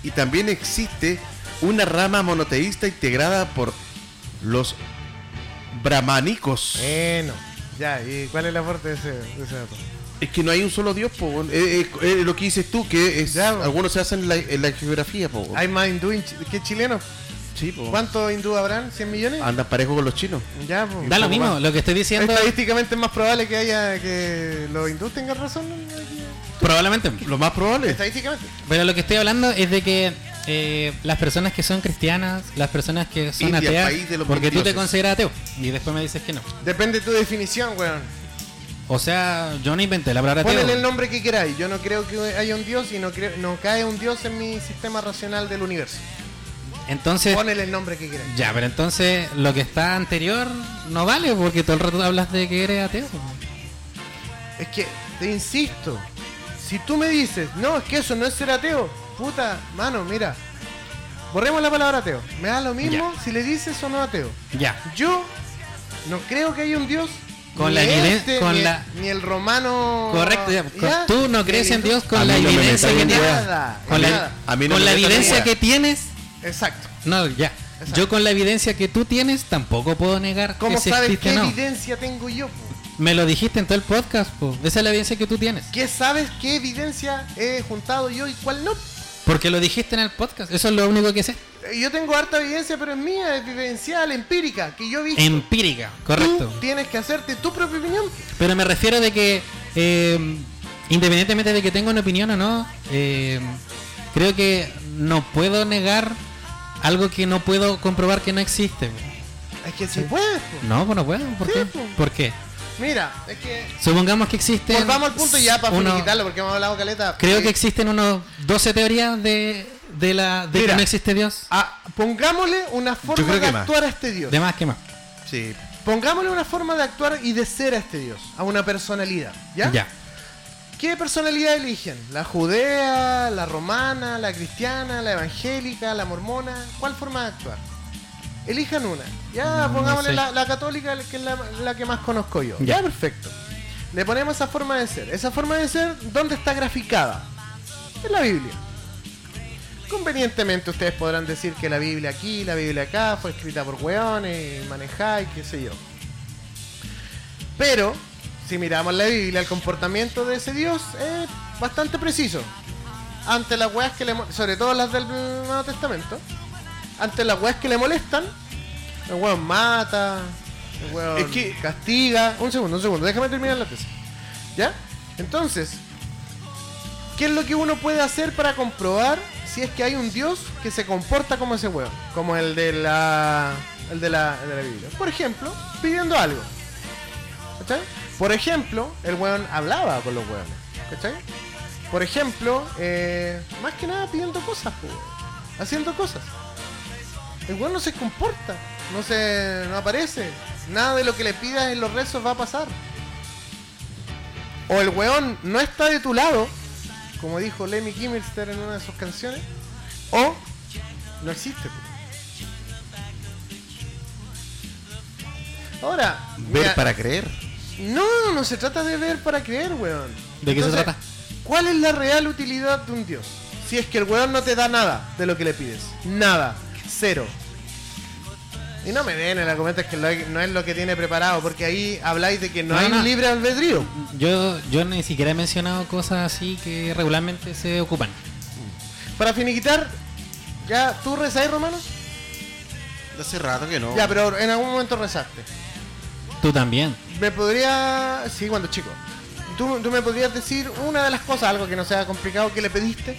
y también existe una rama monoteísta integrada por los brahmanicos. Bueno, ya, ¿y cuál es el aporte de ese, de ese dato? Es que no hay un solo dios, po, weón. Eh, eh, eh, lo que dices tú, que es, Ya, po. algunos se hacen en la, en la geografía, po. weón. ¿Hay más hindú en Chi- que chilenos? Sí, po. ¿Cuántos hindú habrán? ¿100 millones? Andan parejo con los chinos. Ya, pues, Ah, Da lo poco mismo, más. lo que estoy diciendo es Estadísticamente es más probable que haya que los hindúes tengan razón. ¿no? Aquí. probablemente. Lo más probable. Estadísticamente. Pero lo que estoy hablando es de que eh, las personas que son cristianas, las personas que son India, ateas, país de los porque tú te dioses. consideras ateo y después me dices que no. Depende de tu definición, weón. O sea, yo no inventé la palabra Ponle ateo. el nombre que queráis. Yo no creo que haya un dios y no, creo, no cae un dios en mi sistema racional del universo. Entonces, Ponele el nombre que queráis. ya, pero entonces lo que está anterior no vale porque todo el rato hablas de que eres ateo. Es que, te insisto, si tú me dices, no, es que eso no es ser ateo, puta, mano, mira, borremos la palabra ateo. Me da lo mismo si le dices o no ateo. Ya. Yo no creo que haya un dios. Con ni la evidencia- este, con ni, la- ni el romano. Correcto, ya. ¿Ya? Tú no Ni crees el en hindú. Dios A con mí la no me evidencia que metáis en tienes. nada. Con la, nada. A mí no con me la metan en evidencia hueá. que tienes. Exacto. No, ya. Exacto. Yo con la evidencia que tú tienes tampoco puedo negar ¿Cómo que si sabes existe qué o no. evidencia tengo yo? po? Me lo dijiste en todo el podcast, po. esa es la evidencia que tú tienes. ¿Qué sabes qué evidencia he juntado yo y cuál no? Porque lo dijiste en el podcast, eso es lo único que sé. Eh, Yo tengo harta evidencia, pero es mía, es vivencial, empírica, que yo vi. Empírica, Em, correcto. Tú tienes que hacerte tu propia opinión. Pero me refiero de que, eh, independientemente de que tenga una opinión o no, eh, creo que no puedo negar algo que no puedo comprobar que no existe. Es que si puedes. po. No, pues no puedo. ¿Por Sí, qué? po. ¿Por qué? Mira, es que. Supongamos que existe. Volvamos al punto ya para uno- finiquitarlo, porque hemos hablado caleta. Creo Eh, que existen unos 12 teorías de, de la de que Mira. no existe Dios. ah, pongámosle una forma creo de que más. actuar a este Dios. De más que más. Sí. Pongámosle una forma de actuar y de ser a este Dios, a una personalidad. ¿Ya? ¿Qué personalidad eligen? ¿La judea, la romana, la cristiana, la evangélica, la mormona? ¿Cuál forma de actuar? Elijan una. Ya, Mm, No pongámosle sé. la, la católica, que es la, la que más conozco yo. Ya. ya, perfecto. Le ponemos esa forma de ser. Esa forma de ser, ¿dónde está graficada? En la Biblia. Convenientemente ustedes podrán decir que la Biblia aquí, la Biblia acá, fue escrita por hueones, manejada y qué sé yo. Pero, si miramos la Biblia, el comportamiento de ese Dios es bastante preciso. Ante las weas que le mo- sobre todo las del Nuevo Testamento, ante las weas que le molestan, el weón mata, el weón Es que- castiga. Un segundo, un segundo, déjame terminar la tesis. ¿Ya? Entonces, ¿Qué es lo que uno puede hacer para comprobar si es que hay un dios que se comporta como ese huevo? Como el de la. El de la, de la Biblia. Por ejemplo, pidiendo algo. ¿Cachai? Por ejemplo, el hueón hablaba con los hueones. ¿Cachai? Por ejemplo, eh, más que nada pidiendo cosas, pues, hueón. Haciendo cosas. El hueón no se comporta. No se. no aparece. Nada de lo que le pidas en los rezos va a pasar. O el hueón no está de tu lado como dijo Lemmy Kimmelster en una de sus canciones, o no existe. po. Ahora, Ver mira, para creer. no, no se trata de ver para creer, weón. ¿De qué se trata? ¿Cuál es la real utilidad de un dios? Si es que el weón no te da nada de lo que le pides. Nada. Cero. Y no me den el argumento es que lo- no es lo que tiene preparado, porque ahí habláis de que no, No, hay no. un libre albedrío. Yo, yo ni siquiera he mencionado cosas así que regularmente se ocupan. Para finiquitar, ¿ya tú rezáis, Romano? Hace rato que no. Ya, pero en algún momento rezaste. Tú también. Me podría. Sí, cuando chico. ¿Tú, tú me podrías decir una de las cosas, algo que no sea complicado, que le pediste?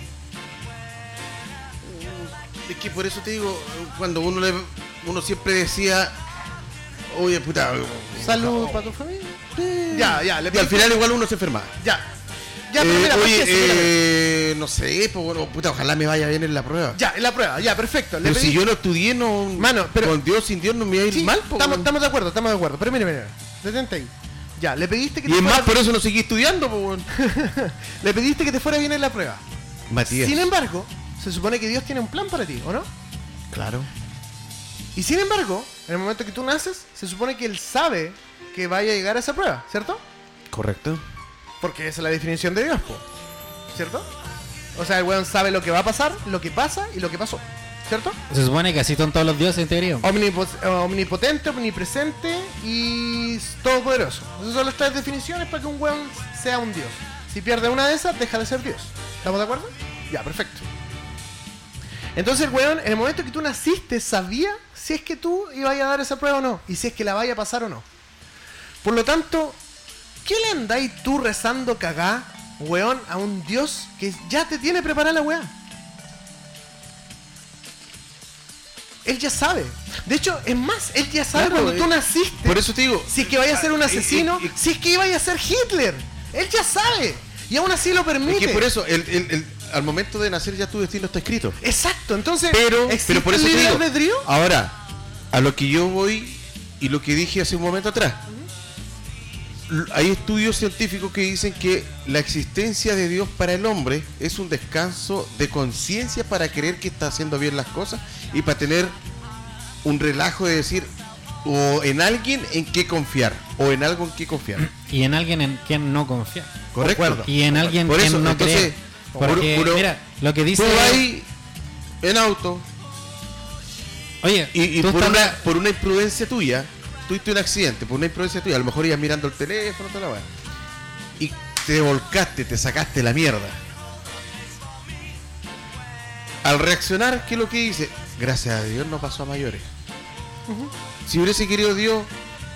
Es que por eso te digo, cuando uno le, uno siempre decía, oye puta, Salud para tu familia. Ya, ya, le y al pediste- final igual uno se enferma. Ya. Ya, pero Eh, mira, ¿por oye, qué sí? Mira, eh, no sé, pues bueno, puta, ojalá me vaya bien en la prueba. Ya, en la prueba, ya, perfecto. Le pero pedí- si yo no estudié, no. Mano, pero- Con Dios, sin Dios, no me iba a ir Sí, mal, po, estamos, weón. estamos de acuerdo, estamos de acuerdo. Pero mira, mira, detente ahí. Ya, le pediste que Y es más, fuera- por eso no seguí estudiando, po, weón. le pediste que te fuera bien en la prueba. Matías. Sin em- embargo, se supone que Dios tiene un plan para ti, ¿o no? Claro. Y sin embargo, en el momento que tú naces, se supone que él sabe que vaya a llegar a esa prueba, ¿cierto? Correcto. Porque esa es la definición de Dios, po. ¿cierto? O sea, el weón sabe lo que va a pasar, lo que pasa y lo que pasó, ¿cierto? Se supone que así son todos los dioses en teoría. Omnipos- eh, omnipotente, omnipresente y todopoderoso. Esas son las tres definiciones para que un weón sea un dios. Si pierde una de esas, deja de ser dios. ¿Estamos de acuerdo? Ya, perfecto. Entonces el weón, en el momento que tú naciste, sabía si es que tú ibas a dar esa prueba o no. Y si es que la vaya a pasar o no. Por lo tanto, ¿qué le andáis tú rezando cagá, weón, a un dios que ya te tiene preparada la weá? Él ya sabe. De hecho, es más, él ya sabe Claro, cuando tú eh, naciste. Por eso te digo. Si es que vaya a ser un Ah, asesino, eh, eh, si es que iba a ser Hitler. Él ya sabe. Y aún así lo Es permite. que por eso, el- el- el- al momento de nacer ya tu destino está escrito. Exacto, entonces. Pero, pero por eso te libre digo, albedrío? ahora, a lo que yo voy y lo que dije hace un momento atrás, l- hay estudios científicos que dicen que la existencia de Dios para el hombre es un descanso de conciencia para creer que está haciendo bien las cosas y para tener un relajo de decir o en alguien en que confiar o en algo en que confiar. Y en alguien en quien no confía. Correcto. Y en alguien Por eso, quien no entonces, cree. Porque, uno- uno- mira, lo que dice. Tú vas ahí en auto, Oye, Y, y tú por, estás- una, por una imprudencia tuya, tuviste un accidente, por una imprudencia tuya, a lo mejor ibas mirando el teléfono, toda la weá. Y te volcaste, te sacaste la mierda. Al reaccionar, ¿qué es lo que dice? Gracias a Dios no pasó a mayores. Si hubiese querido Dios,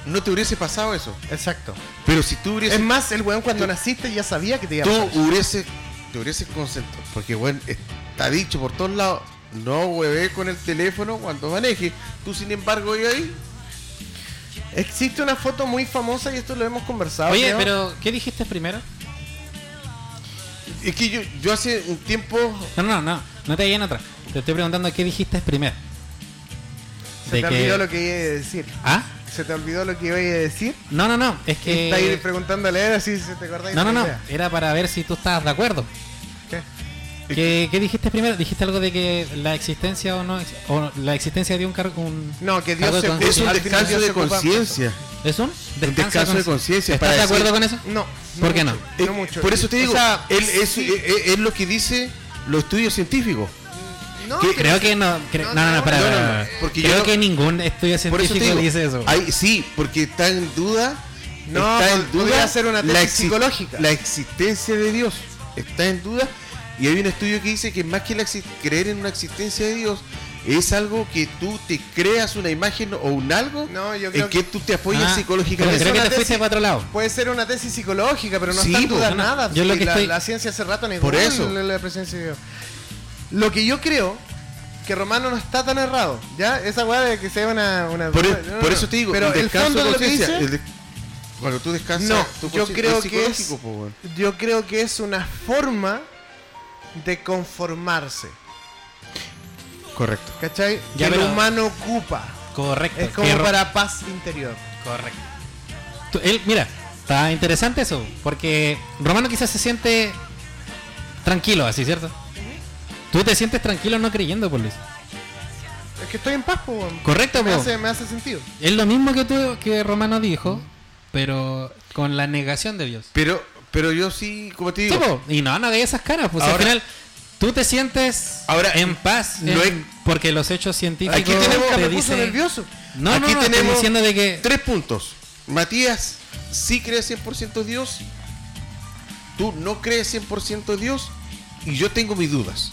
no te hubiese pasado eso. Exacto. Pero si tú hubieses Es más, el weón cuando Tú- naciste ya sabía que te iba a tú pasar. hubiese, te hubieses concentrado, porque bueno, está dicho por todos lados, no hueve con el teléfono cuando manejes. Tú sin embargo ibas ahí Existe una foto muy famosa y esto lo hemos Ah, conversado. Oye, creo. pero ¿qué dijiste primero? Es que yo, yo hace un tiempo. No, no, no, no te en otra. Te estoy preguntando qué dijiste primero. Se te olvidó lo que iba a decir. ¿Ah? Se se te olvidó lo que iba a decir. No, no, no. Es Eh, Y está ahí que. preguntándole a él así si te acordáis. No, de no, la no. idea. Era para ver si tú estabas de acuerdo. ¿Qué? ¿Qué, qué dijiste primero? ¿Dijiste algo de que la existencia o no ex- o la existencia de un cargo un No, que Algo Dios se con- Es un al final descanso Dios de se ocupa- conciencia. es un Un descanso de conciencia. ¿Estás para de acuerdo decir- con eso? No. ¿Por qué no? mucho, Eh, No mucho. Por eso te digo, O sea, él es, sí, eh, eh, es lo que dice los estudios científicos. no, Que- que creo no que sé. no. cre- no, No, no, no, no, para, no, no, para, no, para. porque yo creo no- que ningún estudio Por eso te científico digo, dice eso. hay- sí, porque está en duda. No, está en pod- podría duda ser una la tesis exi- psicológica. La existencia de Dios está en duda. Y hay un estudio que dice que más que la exi- creer en una existencia de Dios es algo que tú te creas una imagen o un algo No, yo en creo que que tú te apoyas Ah, psicológicamente. Creo Es que una te fuiste tesis. para otro lado. Puede ser una tesis psicológica, pero no Sí, está en duda pues, no, no. nada. Yo lo si que la, estoy- la ciencia hace rato negó Por eso. la, la presencia de Dios. Lo que yo creo que Romano no está tan errado, ¿ya? Esa weá de que sea una... una- Por, e-, no, no, por no. eso te digo, pero el el descanso fondo de de lo que conciencia, dice... el de- cuando tú descansas, No, tu yo consci- creo es que psicológico, es- po, weón. Yo creo que es una forma de conformarse, Correcto. ¿cachai? Ya, que el pero- humano ocupa. Correcto. Es como que ro- para paz interior. Correcto. Tú- él, mira, está interesante eso, porque Romano quizás se siente tranquilo, así, ¿cierto? Tú te sientes tranquilo no creyendo, por Luis. Es que estoy en paz, pues, weón. Correcto, me po. hace, me hace sentido. Es lo mismo que tú, que Romano dijo, pero con la negación de Dios. Pero, pero yo sí, como te digo, Sí, po, y no, no de esas caras, pues Ahora- al final tú te sientes Ahora, en paz, no en- hay- porque los hechos científicos Aquí tenemos- te me puso dicen... nervioso. No, no, Aquí no, estoy tenemos diciendo de que... tres puntos. Matías sí cree 100% Dios, tú no crees 100% Dios y yo tengo mis dudas.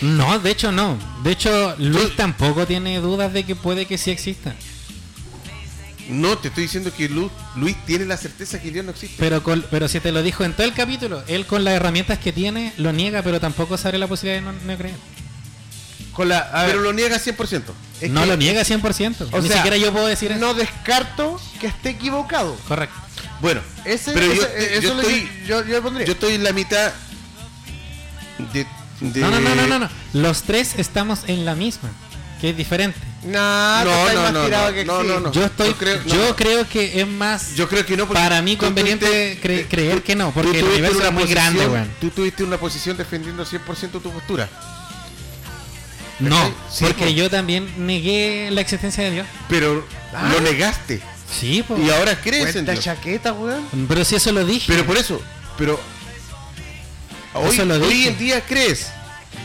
No, de hecho no. De hecho, Luis Tú- tampoco tiene dudas de que puede que sí exista. No, te estoy diciendo que Lu- Luis tiene la certeza que Dios no existe. Pero, con- pero si te lo dijo en todo el capítulo, él con las herramientas que tiene lo niega, pero tampoco sabe la posibilidad de no, no creer. Con la, a ver, Pero lo niega 100%. es no que- lo niega 100%. O Ni sea, siquiera yo puedo decir eso. No descarto que esté equivocado. Correcto. Bueno, Ese, pero yo, ese- te- eso yo le- estoy, yo, yo le pondría. yo estoy en la mitad de... de- No, no, no, no, no, no. Los tres estamos en la misma, que es diferente. Nah, tú No, estás no, más no, tirado no, que no, sí. no, no. yo estoy, yo creo- no, yo no. creo que es más Yo creo que no. porque para mí tú conveniente tuviste- cre- eh, creer tú- que no, tú porque el tuviste universo una es muy posición- ¿eh? grande, weón. Tú tuviste una posición defendiendo 100% tu postura. No, Sí, porque po. yo también negué la existencia de Dios. Pero Ah. lo negaste. Sí, po. Y ahora crees en Cuenta Dios. chaqueta, weón. pero si eso lo dije. Pero pues, por eso, pero hoy, Eso lo hoy dije. en día crees.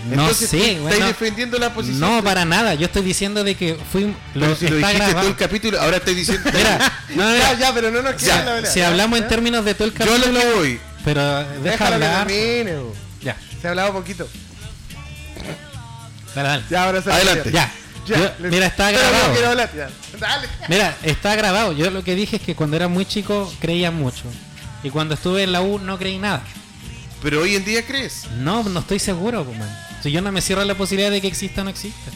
no Entonces, tú sé, estás weón, no. defendiendo la posición. No, de- para nada. Yo estoy diciendo de que fui. Pero si lo está dijiste todo grabado. el capítulo, ahora estoy diciendo. Mira, no, no, Ya, mira, ya, pero no nos Ya, queda la verdad. si hablamos en términos de todo el yo capítulo, lo que voy. pero deja Déjalo hablar. que termine, weón. Ya, Se ha hablado poquito. dale, dale. Ya, ahora se Adelante. Ya. Este. Ya, Yo- le- mira, está Pero no quiero grabado. hablar, ya. Dale. Mira, está grabado. Yo lo que dije es que cuando era muy chico creía mucho. Y cuando estuve en la U no creí nada. Pero hoy en día crees. No, no estoy seguro, po, man. Si yo no me cierro a la posibilidad de que exista o no exista.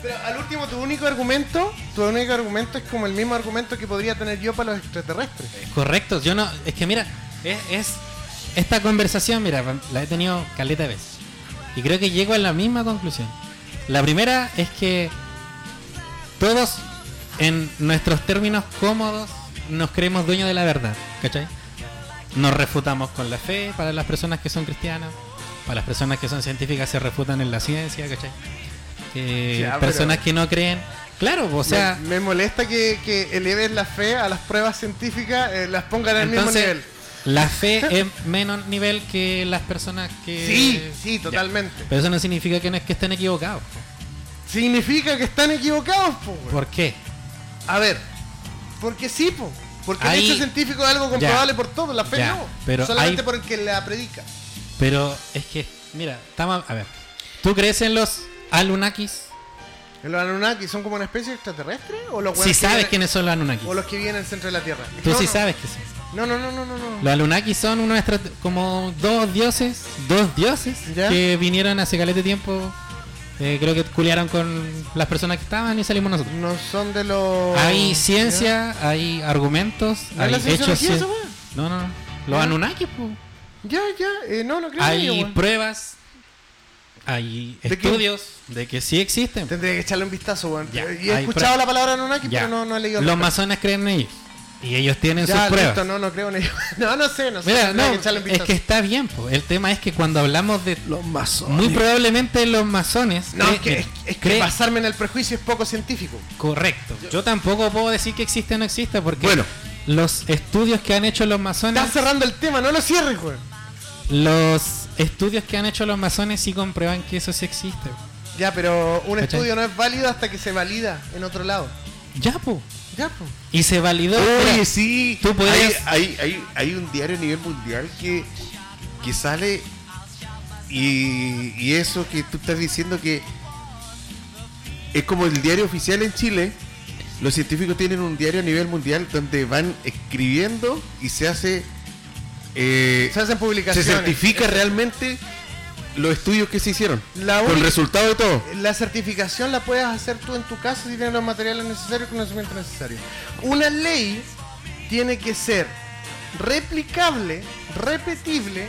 Pero al último, tu único argumento, tu único argumento es como el mismo argumento que podría tener yo para los extraterrestres. Correcto, yo no. Es que mira, es, es- esta conversación, mira, la he tenido caleta de veces. Y creo que llego a la misma conclusión. La primera es que todos, en nuestros términos cómodos, nos creemos dueños de la verdad, ¿cachai? Nos refutamos con la fe para las personas que son cristianas, para las personas que son científicas se refutan en la ciencia, ¿cachai? Eh, Ya, pero- personas que no creen. Claro, o sea. me, me molesta que, que eleves la fe a las pruebas científicas, eh, las pongan al mismo Entonces, nivel. La fe es menos nivel que las personas que. Sí, sí, eh, Ya. totalmente. Pero eso no significa que no es que estén equivocados. Significa que están equivocados, po, weón. ¿Por qué? A ver, porque sí, po. Porque Ahí- el hecho científico es algo comprobable por todo, la fe Ya, no. pero solamente hay- porque la predica. Pero es que, mira, estamos. A ver. ¿Tú crees en los Anunnakis? ¿Los Anunnaki son como una especie de extraterrestre? ¿O los Si weones que sabes viven- quiénes son los Anunnakis. O los que viven en el centro de la Tierra. Tú No, sí no. sabes que son. No, no, no, no, no. no. Los Anunnakis son unos extra- como dos dioses, dos dioses Ya. que vinieron hace calete tiempo. eh, creo que culiaron con las personas que estaban y salimos nosotros. No son de los. Hay ciencia, hay argumentos, ¿No es hay la hechos. cienciología cien- esa weá? No, no, no. Los ¿Ah? Anunnakis, po. Ya, ya, ya, eh, no, no creo en ello, Hay weón. pruebas hay ¿De qué? estudios de que sí existen. Tendría que echarle un vistazo, weón. Ya, Y he hay escuchado prue- la palabra Anunnaki, Ya. pero no, no he leído Los nada. masones creen en ellos. Y ellos tienen Ya, sus pruebas. listo, no, no creo en ello. No, no sé, no sé. Mira, tendría no, que echarle un es vistazo. que está bien. po. El tema es que cuando hablamos de... Los masones. Muy probablemente los masones... No, es que, creen- es que creen- basarme en el prejuicio es poco científico. Correcto. Yo tampoco puedo decir que existe o no existe porque Bueno. los estudios que han hecho los masones, Estás cerrando el tema, no lo cierres, weón. los estudios que han hecho los masones sí comprueban que eso sí existe. Ya, pero un ¿Cachai? estudio no es válido hasta que se valida en otro lado. Ya, po. Ya, pues. Y se validó. Oye, Mira, sí. Tú podrías- Hay, hay, hay- hay un diario a nivel mundial que, que sale y, y eso que tú estás diciendo que es como el diario oficial en Chile. Los científicos tienen un diario a nivel mundial donde van escribiendo y se hace... eh, Se hacen se publicaciones. certifica realmente los estudios que se hicieron. La con única- resultado de todo. Eh, La certificación la puedes hacer tú en tu casa si tienes los materiales necesarios y conocimiento necesario. Una ley tiene que ser replicable, repetible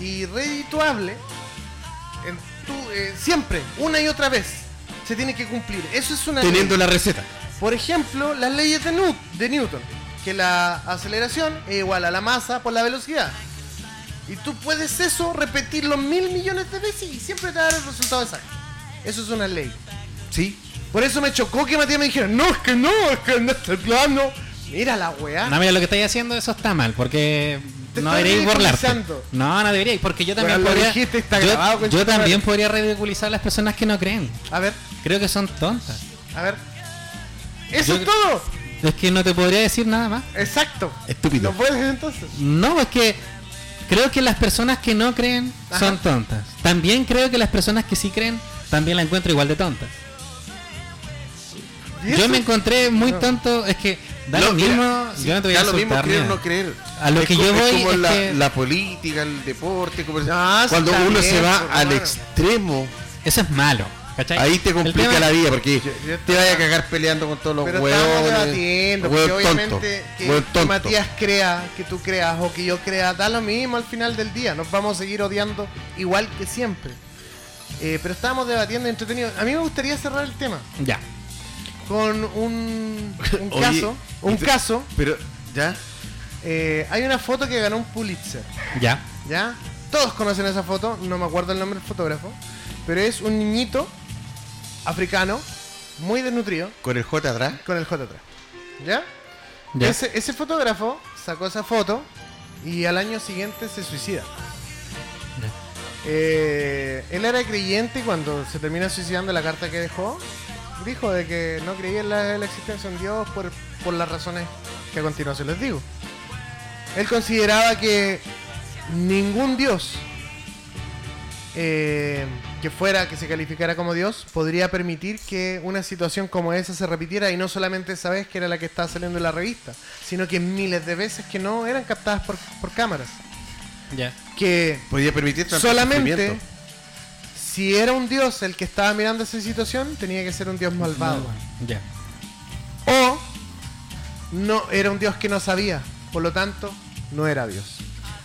y redituable en tu- eh, siempre, una y otra vez. Se tiene que cumplir. Eso es una Teniendo ley. la receta. Por ejemplo, las leyes de, Nu- de Newton, que la aceleración es igual a la masa por la velocidad. Y tú puedes eso repetirlo mil millones de veces y siempre te va a dar el resultado exacto. Eso es una ley. Sí. Por eso me chocó que Matías me dijera, no, es que no, es que no está plano. Mira la weá. No, mira, lo que estáis haciendo, eso está mal, porque Te no estás deberíais burlarte. ridiculizando. No, no deberíais, porque yo también Bueno, lo podría. dijiste, está yo- grabado, yo, concha de también madre. podría ridiculizar a las personas que no creen. A ver, Creo que son tontas. a ver. Eso Yo- es todo. Es que no te podría decir nada más. Exacto. Estúpido. ¿No puedes entonces? No, es que creo que las personas que no creen Ajá. son tontas. También creo que las personas que sí creen también la encuentro igual de tontas. ¿Y Yo eso? me encontré muy No. tonto, es que da lo No, mira, mismo, yo no te voy a da lo mismo insultar, creer o mira. no creer. A lo que co- yo voy como es la, que- la política, el deporte, como- No, cuando Ah, está uno bien, se va por al favor. extremo, Eso es malo, ¿cachai? ahí te El complica tema- la vida porque yo te vaya estaba- a cagar peleando con todos los Pero estamos huevones. debatiendo, porque hueón tonto, obviamente que, hueón que tonto. Matías crea, que tú creas o que yo crea, da lo mismo al final del día. Nos vamos a seguir odiando igual que siempre. Eh, pero estábamos debatiendo entretenido. A mí me gustaría cerrar el tema Ya. con un, un Oye, caso. Un te- caso. Pero ya, Eh, hay una foto que ganó un Pulitzer, Ya. ¿ya? Todos conocen esa foto, no me acuerdo el nombre del fotógrafo, pero es un niñito africano, muy desnutrido, con el J atrás. con el J atrás, ¿ya? ya. Ese, ese fotógrafo sacó esa foto y al año siguiente se suicida. Ya. Eh, él era creyente y cuando se termina suicidando la carta que dejó, dijo de que no creía en la, en la existencia de un Dios por, por las razones que a continuación les digo. Él consideraba que ningún Dios eh, que fuera, que se calificara como Dios, podría permitir que una situación como esa se repitiera y no solamente esa vez que era la que estaba saliendo en la revista, sino que miles de veces que no eran captadas por, por cámaras. Ya. Que Podía permitir tanto solamente sufrimiento. si era un Dios el que estaba mirando esa situación, tenía que ser un Dios malvado. Ya. O no era un Dios que no sabía, por lo tanto, no era Dios.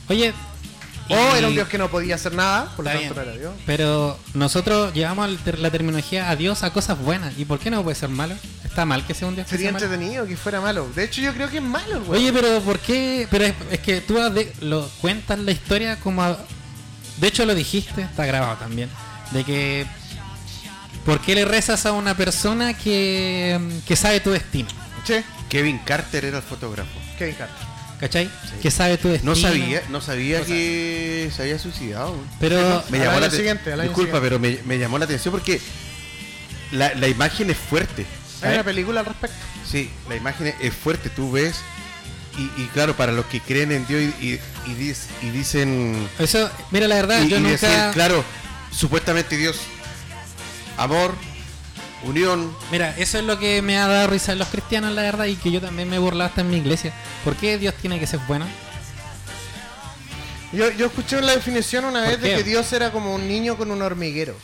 Oye, O y- Oh, era un Dios que no podía hacer nada, por lo Está tanto no bien, era Dios. Pero nosotros llevamos el ter- la terminología a Dios a cosas buenas. ¿Y por qué no puede ser malo? Está mal que sea un Dios que Sería sea malo. entretenido que fuera malo. De hecho, yo creo que es malo, el weón. Oye, pero ¿por qué? Pero es, es que tú has de- lo, cuentas la historia como... a- de hecho lo dijiste, está grabado también. De que... ¿Por qué le rezas a una persona que, que sabe tu destino? Che, Kevin Carter era el fotógrafo. Kevin Carter. ¿Cachai? Que sabe tu destino. No sabía, no sabía que se había suicidado. güey. Pero... Me llamó Al año la atención. siguiente, al año Disculpa, pero me, me llamó la atención porque la, la imagen es fuerte. ¿Eh? Hay ¿sabes? una película al respecto. Sí, la imagen es- es fuerte, tú ves. Y, y claro, para los que creen en Dios y, y- y dis- y dicen. Eso, mira, la verdad, y, yo y nunca... decir, claro, supuestamente Dios, amor, unión. Mira, eso es lo que me ha dado risa en los cristianos, la verdad, y que yo también me he burlado hasta en mi iglesia. ¿Por qué Dios tiene que ser bueno? Yo, yo escuché la definición una ¿Por vez de qué? que Dios era como un niño con un hormiguero.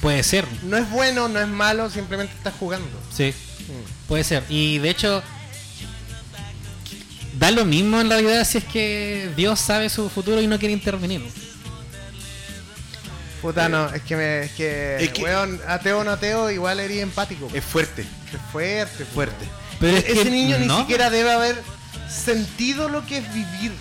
Puede ser, No es bueno, no es malo, simplemente está jugando. sí, puede ser. Y de hecho, da lo mismo en realidad si es que Dios sabe su futuro y no quiere intervenir. Puta, no, es que me. Es que. Es que- weón, ateo o no ateo, igual eres empático. Es fuerte. Es fuerte, fuerte. Pero es Ese que niño no. ni siquiera debe haber sentido lo que es vivir.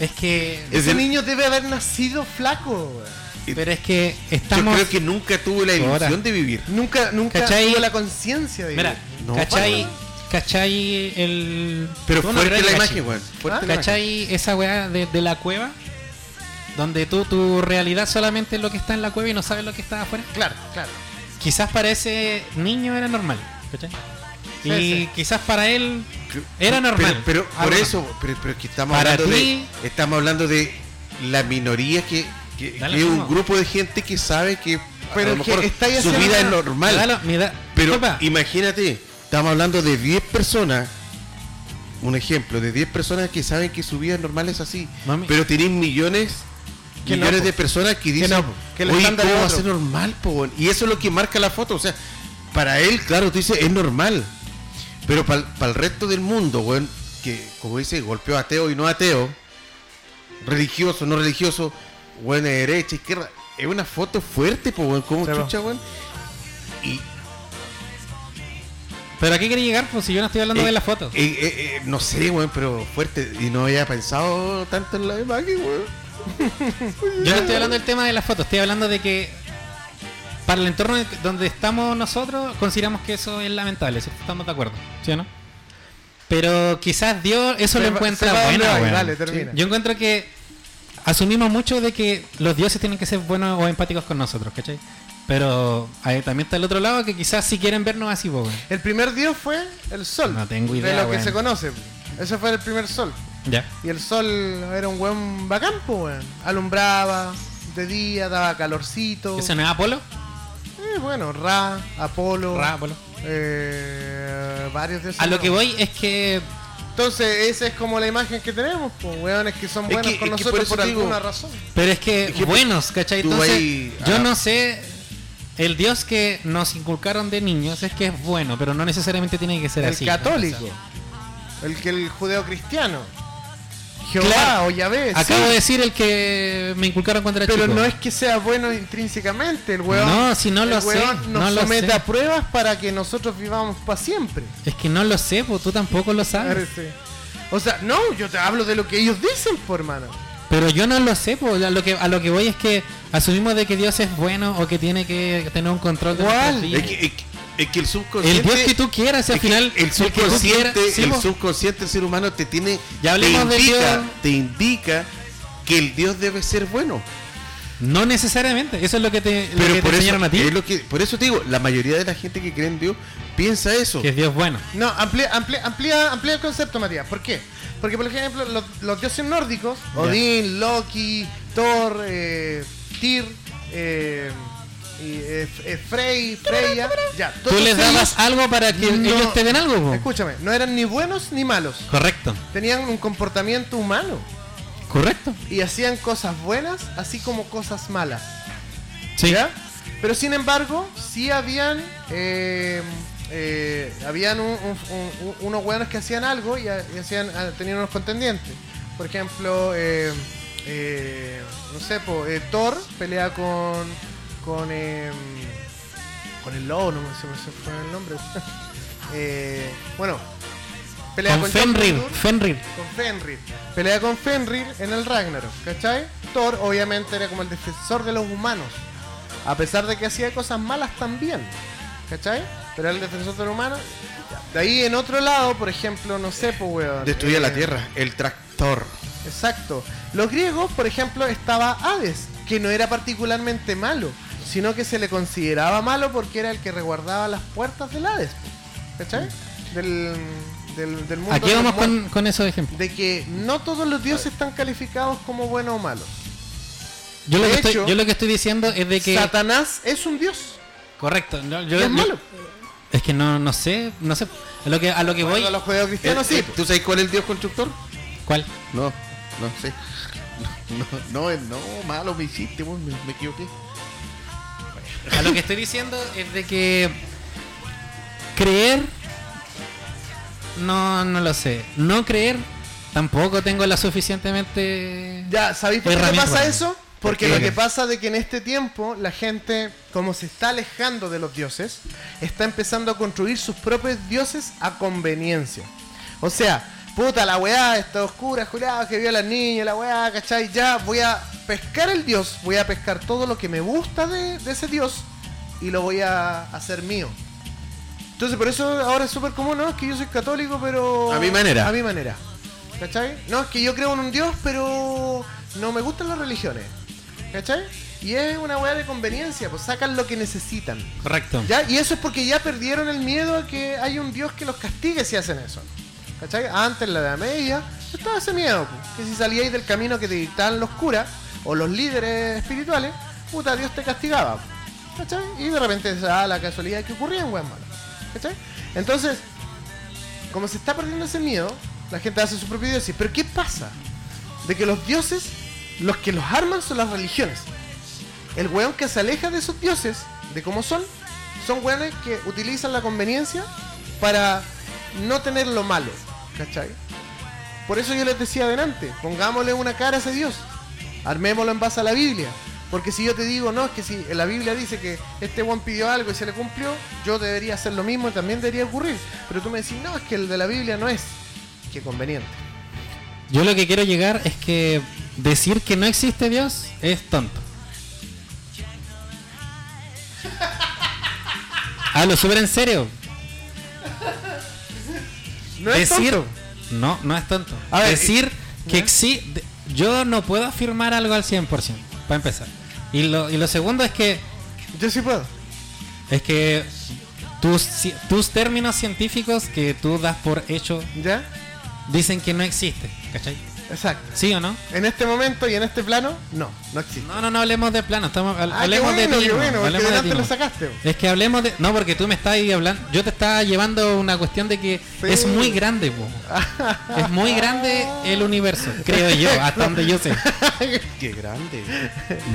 Es que. Es Ese el- niño debe haber nacido flaco. weón. Pero es que estamos. Yo creo que nunca tuve la ilusión Ahora. de vivir. Nunca, nunca ¿Cachai? tuvo la conciencia de Mira, vivir. No, ¿cachai? bueno. ¿Cachai el. Pero Tú no fuerte crees, la ¿cachai? imagen, weón. Fuerte la imagen. ¿Cachai esa weá de, de la cueva? Donde tú, tu realidad solamente es lo que está en la cueva y no sabes lo que está afuera. Claro, claro. Quizás para ese niño era normal, ¿cachai? Sí, y sí. quizás para él era Pero- normal. Pero, por Algo eso, pero, pero es que estamos Para hablando ti- de. Estamos hablando de la minoría que, que- Da lo que es un mismo. grupo de gente que sabe que Pero a es lo que mejor estáis su haciendo vida es una- Me normal. da lo- me da- Pero Papá, imagínate, estamos hablando de 10 personas, un ejemplo, de 10 personas que saben que su vida normal es así. Mami. Pero tienen millones, Que no, millones po. de personas que dicen, no, po. Que el oye, estándar ¿cómo es va a otro". ser normal? po, weón?". Y eso es lo que marca la foto. O sea, para él, claro, tú dices, es normal. Pero para el resto del mundo, weón, que como dice, golpeó ateo y no ateo, religioso, no religioso, weón, de derecha, izquierda, es una foto fuerte, po, weón, como Sí, po. chucha, weón. Y, ¿pero a qué quiere llegar? Pues si yo no estoy hablando eh, de la foto. eh, eh, eh, no sé, weón, pero fuerte. Y no había pensado tanto en la imagen, weón. Yo no estoy hablando del tema de las fotos, estoy hablando de que para el entorno en- donde estamos nosotros consideramos que eso es lamentable, ¿cierto? estamos de acuerdo, ¿sí o no? Pero quizás Dios eso Se lo va- encuentra se va donde bueno. va, weón. dale, termina. Yo encuentro que asumimos mucho de que los dioses tienen que ser buenos o empáticos con nosotros, ¿cachai? Pero ahí también está el otro lado que quizás si quieren vernos así, pues, weón. El primer dios fue el sol. No tengo idea, De lo que weón. se conoce. Ese fue el primer sol. Ya. Y el sol era un buen bacán, po, weón. Alumbraba de día, daba calorcito. ¿Eso no es Apolo? Eh, bueno, Ra, Apolo. Ra, Apolo. eh, varios de esos. A lo que ¿no? voy es que Entonces, esa es como la imagen que tenemos, pues, weones que son Es buenos que- con es que por nosotros eso por, digo- alguna razón. Pero es que, Es que buenos, ¿cachai? tú Entonces, ahí- yo ah. no sé. El Dios que nos inculcaron de niños es que es bueno, pero no necesariamente tiene que ser el así. católico. El que el judeo cristiano. Jehová Claro. o Yahvé. Acabo sí. de decir el que me inculcaron cuando era Pero chico. no es que sea bueno intrínsecamente, el weón. No, si no el lo sé, weón no nos lo somete sé. a pruebas para que nosotros vivamos para siempre. Es que no lo sé, pues tú tampoco lo sabes. Parece. O sea, no, yo te hablo de lo que ellos dicen, por hermano. Pero yo no lo sé, pues a lo que a lo que voy es que asumimos de que Dios es bueno o que tiene que tener un control de ¿Cuál? nuestras vidas. Es que, es que- es que el subconsciente. El Dios que tú quieras, y al es que final el el que tú subconsciente, quieras- sí, el pues. subconsciente del ser humano te tiene. Ya hablemos te de indica, Dios. Te indica que el Dios debe ser bueno. No necesariamente, eso es lo que te, lo que Pero te por eso, enseñaron a ti, es lo que, por eso te digo, la mayoría de la gente que cree en Dios piensa eso. que es Dios bueno. No, amplía, amplía, amplía, amplía el concepto, Matías. ¿Por qué? Porque, por ejemplo, los, los dioses nórdicos, Ya. Odín, Loki, Thor, eh, Tyr, eh, y, eh, eh, Frey, Freya, ya. Tú todos les ellos dabas algo para que no- ellos te den algo, po. Escúchame, no eran ni buenos ni malos. Correcto. Tenían un comportamiento humano Correcto. y hacían cosas buenas, así como cosas malas. Sí. ¿Ya? Pero sin embargo, sí habían eh, eh, habían un- un- un- unos hueones que hacían algo y, ha- y hacían ah, tenían unos contendientes. Por ejemplo, eh, eh, no sé, po, eh, Thor pelea con con em, con el lobo, no me- se me se fue el nombre. Eh, bueno, pelea Con con, Fenrir, Jotun Fenrir. con Fenrir. Pelea con Fenrir en el Ragnarok, ¿cachai? Thor obviamente era como el defensor de los humanos. A pesar de que hacía cosas malas también. ¿Cachai? Pero era el defensor de los humanos. De ahí en otro lado, por ejemplo, no sé, pues weón. Destruía la eh, tierra, el tractor. Exacto. Los griegos, por ejemplo, estaba Hades, que no era particularmente malo, sino que se le consideraba malo porque era el que resguardaba las puertas del Hades. ¿Cachai? Del, del, del mundo. Aquí de los vamos muertos con, con esos ejemplos. de que no todos los dioses están calificados como buenos o malos. Yo lo, De que estoy, hecho, yo lo que estoy diciendo es de que. Satanás es un dios. Correcto. no, yo- yo- y es malo. Es que no, no sé, no sé. A lo que, a lo que voy. Bueno, los judeocristianos Eh, sí. eh, ¿Tú sabes cuál es el Dios constructor? ¿Cuál? No, no sé. No, no, no, malo me hiciste, vos, me, me equivoqué. A lo que estoy diciendo es de que creer no, no lo sé. No creer tampoco tengo la suficientemente. Ya, ¿sabéis por qué te Herramienta. pasa eso? Porque ¿Por lo qué? que pasa de que en este tiempo la gente, como se está alejando de los dioses, está empezando a construir sus propios dioses a conveniencia. O sea, puta, la weá está oscura, jurado, que vio a las niñas, la weá, ¿cachai? Ya voy a pescar el dios, voy a pescar todo lo que me gusta de, de ese dios y lo voy a hacer mío. Entonces, por eso ahora es súper común, ¿no? Es que yo soy católico, pero... A mi manera. A mi manera. ¿Cachai? No, es que yo creo en un dios, pero no me gustan las religiones. ¿Cachai? Y es una weá de conveniencia, pues sacan lo que necesitan. Correcto. ¿Ya? Y eso es porque ya perdieron el miedo a que hay un dios que los castigue si hacen eso. ¿Cachai? Antes en la Edad Media estaba ese miedo, pues, que si salíais del camino que te dictaban los curas o los líderes espirituales, puta, Dios te castigaba. pues, ¿Cachai? Y de repente se da la casualidad que ocurría en weas malas. ¿Cachai? Entonces, como se está perdiendo ese miedo, la gente hace su propio dios. Pero ¿qué pasa? De que los dioses, los que los arman son las religiones. El weón que se aleja de esos dioses, de cómo son, son weones que utilizan la conveniencia para no tener lo malo. ¿Cachai? Por eso yo les decía adelante, pongámosle una cara a ese Dios. Armémoslo en base a la Biblia. Porque si yo te digo, no, es que si la Biblia dice que este Juan pidió algo y se le cumplió, yo debería hacer lo mismo y también debería ocurrir. Pero tú me decís, no, es que el de la Biblia no es. Qué conveniente. Yo lo que quiero llegar es que decir que no existe Dios es tonto. Ah, lo súper en serio. No es decir. tonto. No, no es tonto. A ver, decir que ¿ya? existe. Yo no puedo afirmar algo al 100%, para empezar. Y lo, y lo segundo es que Yo sí puedo. es que tus, ci- tus términos científicos que tú das por hecho ¿Ya? dicen que no existe. ¿Cachai? Exacto. ¿Sí o no? En este momento y en este plano, no, no existe. No, no, no hablemos de plano. Estamos, hable- Ah, qué hablemos de bueno, ti. qué no, bueno, porque hablemos de delante ti, no. lo sacaste. Es que hablemos de. No, porque tú me estás ahí hablando. Yo te estaba llevando una cuestión de que Sí. es muy grande, po. Es muy grande el universo, creo yo, hasta donde yo sé. Qué grande.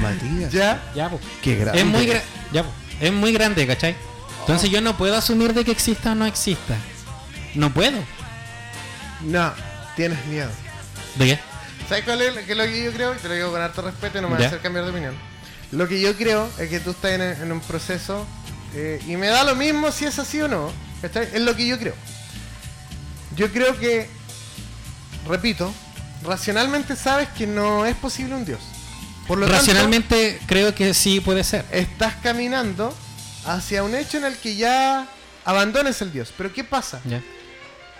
Matías. ¿Ya? Ya, po. Qué grande. Es muy, gra- ya, po. es muy grande, ¿cachai? Entonces yo no puedo asumir de que exista o no exista. No puedo. No, tienes miedo. ¿De qué? ¿Sabes cuál es lo que, lo que yo creo? Y te lo digo con harto respeto y no me voy Ya. a hacer cambiar de opinión. Lo que yo creo es que tú estás en, en un proceso eh, y me da lo mismo si es así o no. ¿cachai? Es lo que yo creo. Yo creo que, repito, racionalmente sabes que no es posible un Dios. Por lo tanto, Racionalmente creo que sí puede ser. estás caminando hacia un hecho en el que ya abandones el Dios. Pero ¿qué pasa? Ya.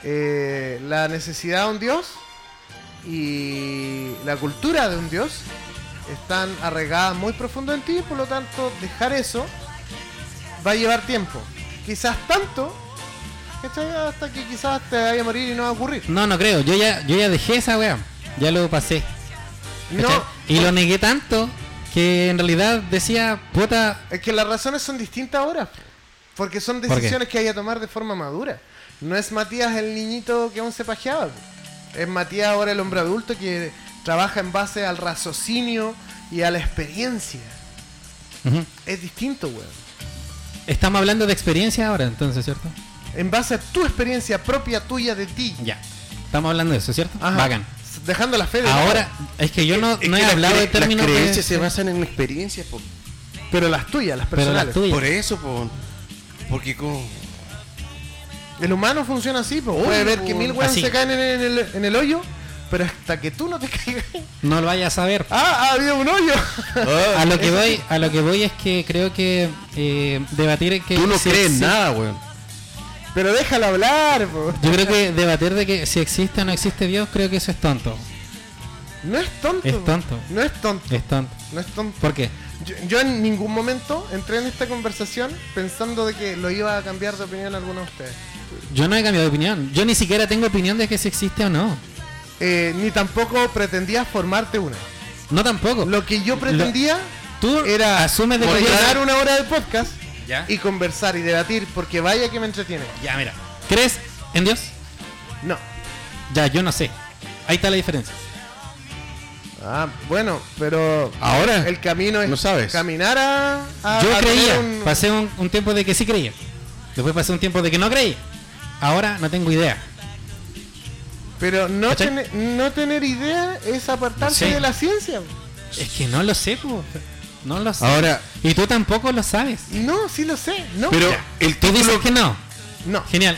eh, la necesidad de un dios y la cultura de un dios están arraigadas muy profundo en ti, por lo tanto dejar eso va a llevar tiempo. Quizás tanto, ¿cachai? hasta que quizás te vaya a morir y no va a ocurrir. No, no creo. Yo ya, yo ya dejé esa weá. Ya lo pasé. No, ¿cachai? Y lo negué tanto que en realidad decía, puta, es que las razones son distintas ahora, porque son ¿Por qué? decisiones que hay que tomar de forma madura. No es Matías el niñito que aún se pajeaba, es Matías ahora el hombre adulto que trabaja en base al raciocinio y a la experiencia. ujú, Es distinto, weón. estamos hablando de experiencia ahora, entonces, ¿cierto? En base a tu experiencia propia tuya de ti. Ya. Estamos hablando de eso, ¿cierto? Ajá. Bacán. Dejando la fe de Ahora, es que yo no, Es no que he las hablado cre- de términos Las de- creencias se basan en experiencias, po. pero las tuyas, las pero las personales. tuyas. Por eso, po. Porque con. El humano funciona así, po. Obvio, puede ver que po. mil weones Oh, Así. se caen en, en el, en el hoyo, pero hasta que tú no te caigas. No lo vayas a ver. Ah, había un hoyo. Ah. A lo que voy, a lo que voy es que creo que eh, debatir que Tú no si crees exi- nada, weón. pero déjalo hablar, po. Yo creo que debatir de que si existe o no existe Dios, creo que eso es tonto. No es tonto. Es po. tonto. No es tonto. Es tonto. No es tonto. ¿Por qué? Yo, yo en ningún momento entré en esta conversación pensando de que lo iba a cambiar de opinión alguno de ustedes. Yo no he cambiado de opinión. Yo ni siquiera tengo opinión de que si existe o no. Eh, ni tampoco pretendía formarte una. No tampoco. Lo que yo pretendía Tú era asumes de que llenar una hora de podcast Ya. y conversar y debatir, porque vaya que me entretiene. Ya, mira. ¿Crees en Dios? No. Ya, yo no sé. Ahí está la diferencia. Ah, bueno, pero Ahora. el camino es No sabes. caminar a, a- Ah. Yo a creía, tener un- pasé un, un tiempo de que sí creía. Después pasé un tiempo de que no creía. Ahora no tengo idea. pero no, ¿Cachai? tener- no tener idea es apartarse Sí. de la ciencia. Es que no lo sé, po. No lo sé. Ahora- Y tú tampoco lo sabes. No, sí lo sé, no. Pero Ya. el Tú dices título que no. no. Genial.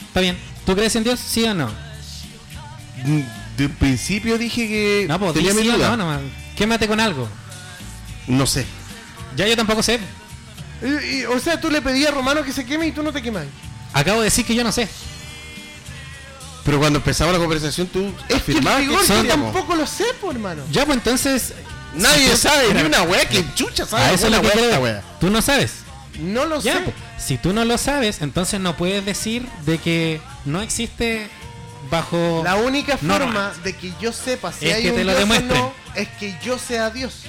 Está bien. ¿Tú crees en Dios? ¿Sí o no? de un principio dije que No, pues tenía di mi sí o duda. no, nomás. Quémate con algo. No sé. Ya yo tampoco sé. Y- y- o sea, tú le pedías a Romano que se queme y tú no te quemas. Acabo de decir que yo no sé. Pero cuando empezaba la conversación tú afirmabas que Rigor, yo sabíamos. tampoco lo sé, por hermano. Ya, pues entonces. Nadie Espera, sabe, ni espera. una wea que chucha sabe. A eso es alguna lo que wea creo. esta wea. Tú no sabes. No lo Ya, sé. pues, si tú no lo sabes, entonces no puedes decir de que no existe bajo. La única No, no, forma de que yo sepa si Es hay que un te lo Dios o demuestren. no es que yo sea Dios.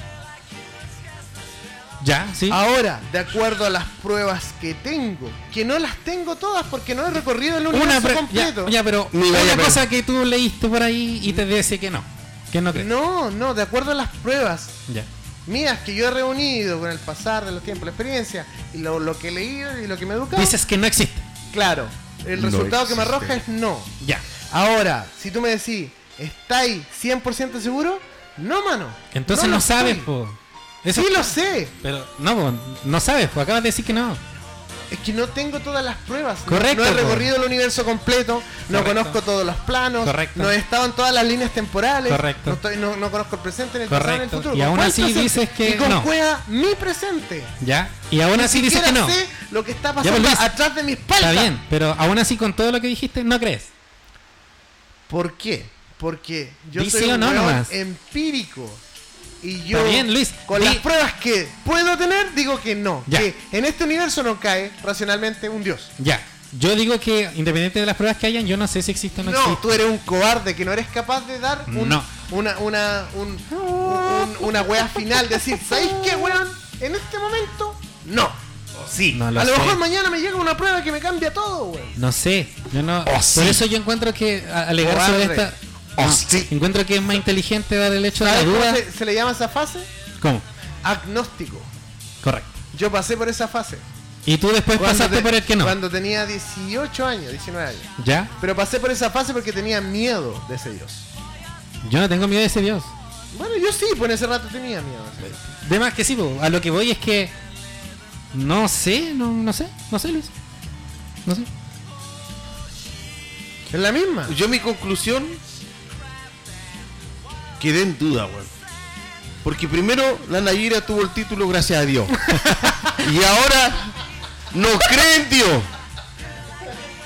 Ya, sí. Ahora, de acuerdo a las pruebas que tengo, que no las tengo todas porque no he recorrido el universo una pre- ya, completo. ya, pero Ni vaya, una pero- cosa que tú leíste por ahí y te dice que no. Que no crees. No, no, de acuerdo a las pruebas Ya. mías que yo he reunido con el pasar de los tiempos, la experiencia y lo, lo que he leído y lo que me he educado. Dices que no existe. claro, el No resultado que me existe. arroja es no. Ya. Ahora, si tú me decís, ¿estáis 100% seguro? No, mano. Entonces no, lo sabes, estoy. po. Sí lo sé. Pero no, po, no sabes, po. Acabas de decir que no. Es que no tengo todas las pruebas. No- Correcto, No he po. recorrido el universo completo. No Correcto. conozco todos los planos. Correcto. No he estado en todas las líneas temporales. Correcto. No, estoy- no- no conozco el presente, ni el pasado, ni el Correcto. futuro. Y ¿Con aún cuál así presente? dices que Y con no. cueva mi presente. Ya. Y aún así Ni dices siquiera que no. sé lo que está pues, pasando Luis. atrás de mi espalda. Está bien, pero aún así con todo lo que dijiste, no crees. ¿Por qué? Porque yo Di soy sí o un no weón nomás. empírico. Y yo, bien, Luis, con di- las pruebas que puedo tener, digo que no. Ya. Que en este universo no cae racionalmente un dios. Ya. Yo digo que independiente de las pruebas que hayan, yo no sé si existe o no, No, existe. tú eres un cobarde que no eres capaz de dar un- No. una, una, un- un- una wea final. Decir, ¿sabéis qué, weón? En este momento, no. O sí. No lo A lo sé. mejor mañana me llega una prueba que me cambia todo, weón. No sé, yo no. por Oh, sí. eso yo encuentro que a- alegar sobre Cobarde. esta. Oh, No, sí. Encuentro que es más inteligente dar el hecho de la ¿Sabes cómo duda. se, se le llama esa fase? ¿Cómo? Agnóstico. Correcto. Yo pasé por esa fase. Y tú después Cuando pasaste te- por el que no. Cuando tenía 18 años, 19 años. ¿Ya? Pero pasé por esa fase porque tenía miedo de ese Dios. Yo no tengo miedo de ese Dios. Bueno, yo sí, por ese rato tenía miedo. de ese Dios. De más que sí, po. a lo que voy es que. No sé, no, no sé, no sé, Luis. No sé. Es la misma. Pues Yo mi conclusión quedé en duda, weón. Porque primero la Nayira tuvo el título gracias a Dios. y ahora no cree en Dios.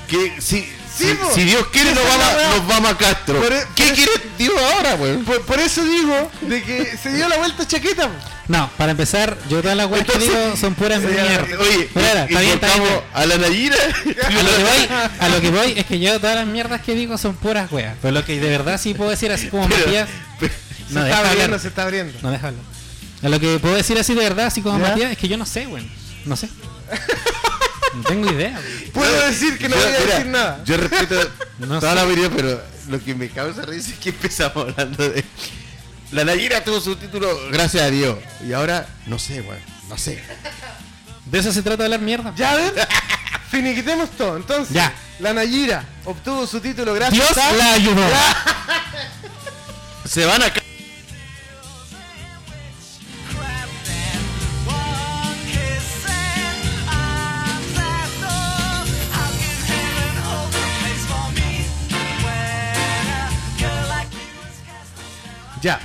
Que si, si, po. si Dios quiere nos Esa es la vamos, weá. nos vamos a Castro. Por e- ¿Qué por quiere Dios ahora, weón? Por, por eso digo de que se dio la vuelta chaqueta. No, para empezar, yo todas las weas que Entonces- digo son puras Oye, mierdas. oye, Espera, y, está bien, está bien, cortamos está bien. a la Nayira. A lo, que voy, a lo que voy es que yo todas las mierdas que digo son puras weas. Pero lo que de verdad sí puedo decir así como Pero- Matías. pero- Se No, está deja abriendo, hablar. se está abriendo. No, déjalo. A lo que puedo decir así de verdad, así como ¿Ya? Matías, es que yo no sé, weón. No sé. No tengo idea, weón. Puedo decir que no Yo- voy a mira, decir nada. Yo respeto No toda sé. la opinión, pero lo que me causa risa es que empezamos hablando de. La Nayira tuvo su título, gracias a Dios. Y ahora, no sé, weón. No sé. De eso se trata de hablar mierda. Ya, a ver. Finiquitemos todo. Entonces, Ya. la Nayira obtuvo su título gracias Dios a... la ayudó. Se van a. ca- Ya.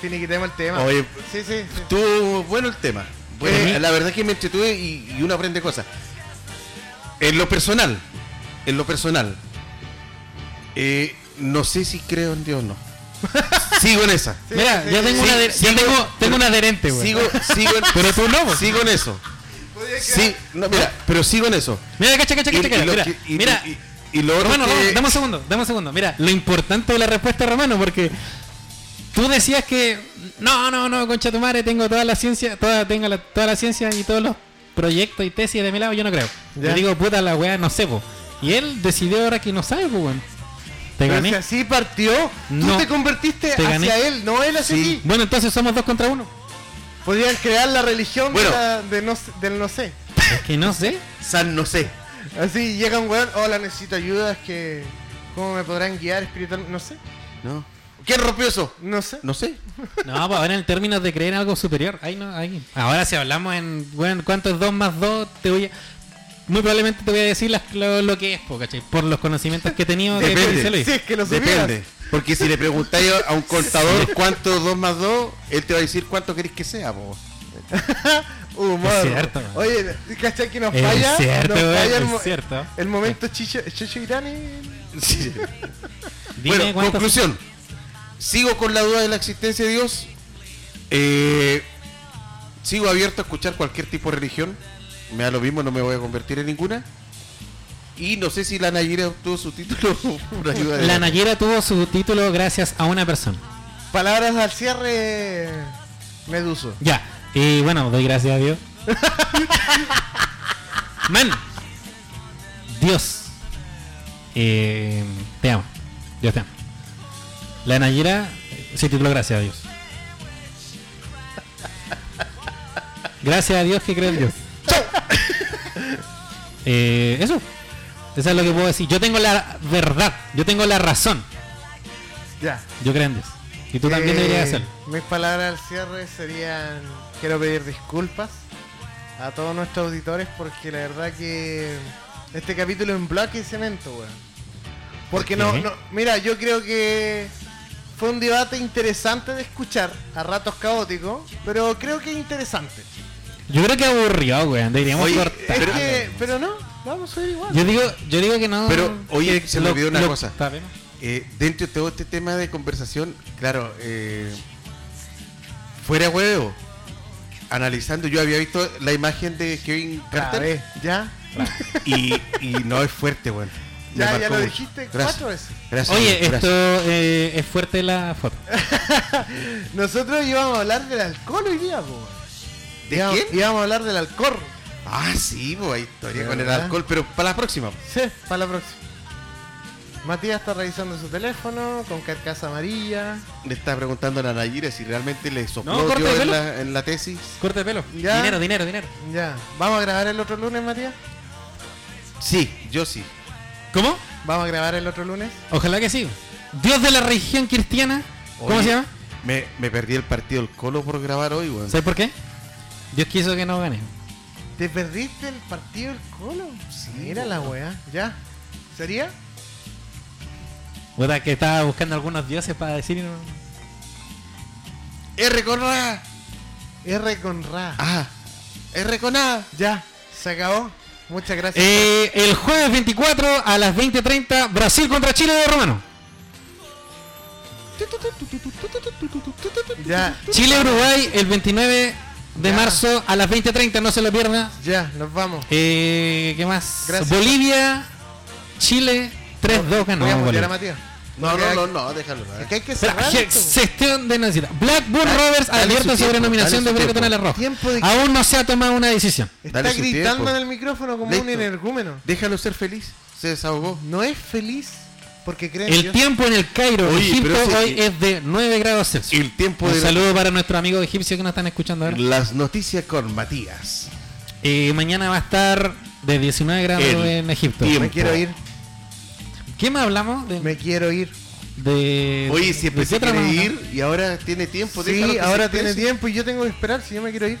Finiquitemos el tema. Oye, sí, sí, sí. Estuvo bueno el tema. Bueno, Eh, la verdad es que me entretuve y, y uno aprende cosas. En lo personal, en lo personal, eh, no sé si creo en Dios o no. Sigo en esa. Sí, Mira, sí, ya sí. tengo una de- ya sigo- tengo, tengo un adherente, weón. Sigo, sigo en, Pero tú no, pues. Sigo en eso. Sí, no, mira, pero sigo en eso. Mira, cacha, cacha, cacha, cacha. lo Mira, que- y- mira. y- y lo otro Romano, que- Romano, dame un segundo, dame un segundo. Mira, lo importante de la respuesta, Romano, porque tú decías que no, no, no, concha tu madre, tengo toda la ciencia, toda, tengo la, toda la ciencia y todos los proyectos y tesis de mi lado, yo no creo. Ya. Yo digo, puta, la weá, no sé, po. Y él decidió ahora que no sabe, po, weón. Te Pero gané. si así partió, tú No. te convertiste Te gané. hacia él, no él hacia ti. Bueno, entonces somos dos contra uno. Podrían crear la religión Bueno. de la- de no, sé- del no sé. Es que no sé. San no sé. Así llega un weón, hola, necesito ayuda, es que... ¿Cómo me podrán guiar espiritualmente? No sé. No. ¿Quién rompió eso? No sé. No sé. No, pues ahora en términos de creer en algo superior. Ahí no, ahí. Ahora si hablamos en, bueno, ¿cuánto es 2 más 2? Te voy a- muy probablemente te voy a decir las- lo, lo que es, po, ¿cachai? Por los conocimientos que he tenido de Depende. Pelicelli. Sí, es que lo Depende. Porque si le preguntáis a un contador cuánto 2 más 2, él te va a decir cuánto queréis que sea, po. Humor. Es cierto, man. Oye, ¿cachai que nos Es falla? cierto, nos weón, falla el, es mo- cierto. Eh. el momento Chicho, Chicho Irani. Sí. Dime bueno, cuántos- conclusión. Sigo con la duda de la existencia de Dios. Eh, sigo abierto a escuchar cualquier tipo de religión. Me da lo mismo, no me voy a convertir en ninguna. Y no sé si la Nayira obtuvo su título por ayuda de La Nayera tuvo su título gracias a una persona. Palabras al cierre. Meduso. Ya. Y bueno, doy gracias a Dios. Man. Dios. Eh, te amo. Dios te amo. La Nayera se tituló Gracias a Dios. Gracias a Dios que creo en Dios. Eh, eso. Eso es lo que puedo decir. Yo tengo la verdad. Yo tengo la razón. Ya. Yo creo en Dios. Y tú también Eh, deberías hacerlo. Mis palabras al cierre serían: quiero pedir disculpas a todos nuestros auditores porque la verdad que este capítulo en bloque y cemento, weón. Porque no, Ok. no, mira, yo creo que fue un debate interesante de escuchar, a ratos caótico, pero creo que interesante. Yo creo que aburrió, weón. Deberíamos Oye, cortar. Es que, pero no, vamos a ir igual. Yo digo, yo digo que no. Pero, oye, se me lo- olvidó una lo- cosa. está bien. Eh, dentro de todo este tema de conversación, claro, eh, fuera huevo, analizando, yo había visto la imagen de Kevin Otra Carter vez, ya, y, y no es fuerte, bueno. Me ya, ya marcó lo mucho. dijiste Gracias. cuatro veces. Gracias, Oye, gracias. esto eh, es fuerte la foto. Nosotros íbamos a hablar del alcohol hoy día, po, weón. ¿De íbamos, quién? íbamos a hablar del alcohol. Ah, sí, pues hay historia con el ¿Verdad? alcohol, pero para la próxima. Sí, para la próxima. Matías está revisando su teléfono con carcasa amarilla. Le estaba preguntando a la Nayira si realmente le sopló No, corta de Dios en pelo. la, en la tesis. Corte de pelo. Ya. Dinero, dinero, dinero. Ya, ¿vamos a grabar el otro lunes, Matías? Sí, yo sí. ¿Cómo? ¿Vamos a grabar el otro lunes? Ojalá que sí. Dios de la religión cristiana. ¿Cómo Oye, se llama? Me, me perdí el partido del Colo por grabar hoy, weón. ¿Sabes por qué? Dios quiso que no gane. ¿Te perdiste el partido del colo? Mira la weá, ya. ¿Sería? Puta, que estaba buscando algunos dioses para decir. y no- R con A. R con Ra. Ah, R con A. Ya, se acabó. Muchas gracias. Eh, el jueves 24 a las 20:30, Brasil contra Chile de Romano. Ya, Chile-Uruguay el 29 de Ya. marzo a las 20:30, no se lo pierda. ya, nos vamos. Eh, ¿Qué más? Gracias. Bolivia, Chile, 3-2 ganó. Voy a mutear Bolivia. a Matías. No, Porque no, hay- no, no, déjalo. Es que hay que Espera, cerrar je- esto, po. gestión de necesidad. Blackburn Dale- Rovers dale su abierto tiempo, sobre nominación de dale su Brereton a la tiempo. Roja. Tiempo de- Aún no se ha tomado una decisión. Está Dale su gritando tiempo. en el micrófono como un Listo. energúmeno. Déjalo ser feliz. Se desahogó. No es feliz porque cree en El Dios. tiempo en el Cairo, Oye, Egipto, pero ese- hoy es de 9 grados Celsius. El tiempo Un de saludo para nuestros amigos egipcios que nos están escuchando ahora. las noticias con Matías. Eh, mañana va a estar de 19 grados El en Egipto. tiempo. Me quiero ir, ¿Qué más hablamos? De, me quiero ir. de- Oye, ¿de si empecé qué a otra más hablamos? ir y ahora tiene tiempo. déjalo Sí, que ahora se tiene exprese. tiempo y yo tengo que esperar si yo me quiero ir.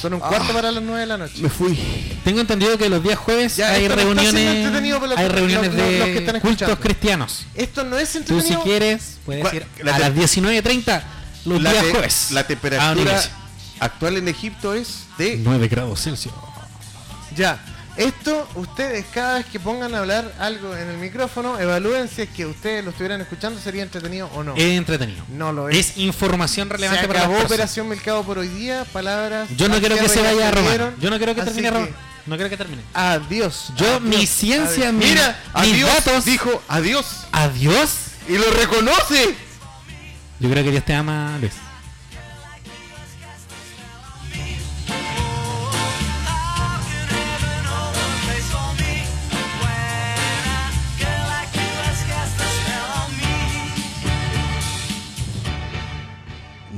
Son un cuarto Ah. para las 9 de la noche. Me fui. Tengo entendido que los días jueves Ya, hay esto no está siendo reuniones, entretenido por los- hay los- reuniones los- de los que están cultos escuchando. cristianos. Esto no es Tú si entretenido. quieres puedes ¿Cuál- ir la a te- las 19.30 los la, días te- jueves. Ah, a la una temperatura iglesia. actual en Egipto es de 9 grados Celsius. Ya. Esto, ustedes cada vez que pongan a hablar algo en el micrófono, evalúen si es que ustedes lo estuvieran escuchando, sería entretenido o no. Es entretenido. no lo es. Eh, Es información relevante se para las acabó personas. Operación Mercado por hoy día, palabras. Yo no quiero que se vaya a Roma. robar Yo no quiero que termine Roma. robar No quiero que termine. Adiós. Yo, adiós, mi ciencia, adiós. mi- mira mis adiós datos. dijo adiós Adiós. y lo reconoce Yo creo que Dios te ama, Luis.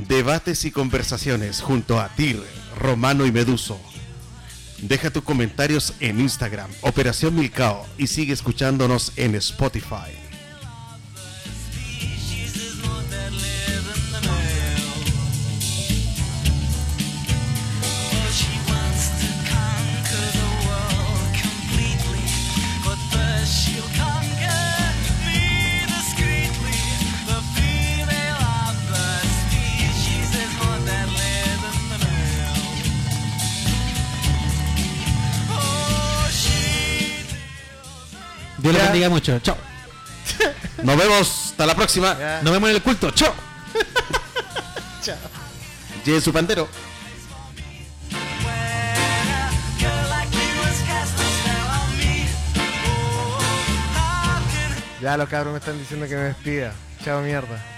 debates y conversaciones junto a Tir Romano y Meduso deja tus comentarios en Instagram Operación Milcao y sigue escuchándonos en Spotify She's los Ya. bendiga mucho. Chao. Nos vemos. Hasta la próxima. Ya. Nos vemos en el culto. Chao. Chao. Lleve su pandero. Ya los cabros me están diciendo que me despida. Chao mierda.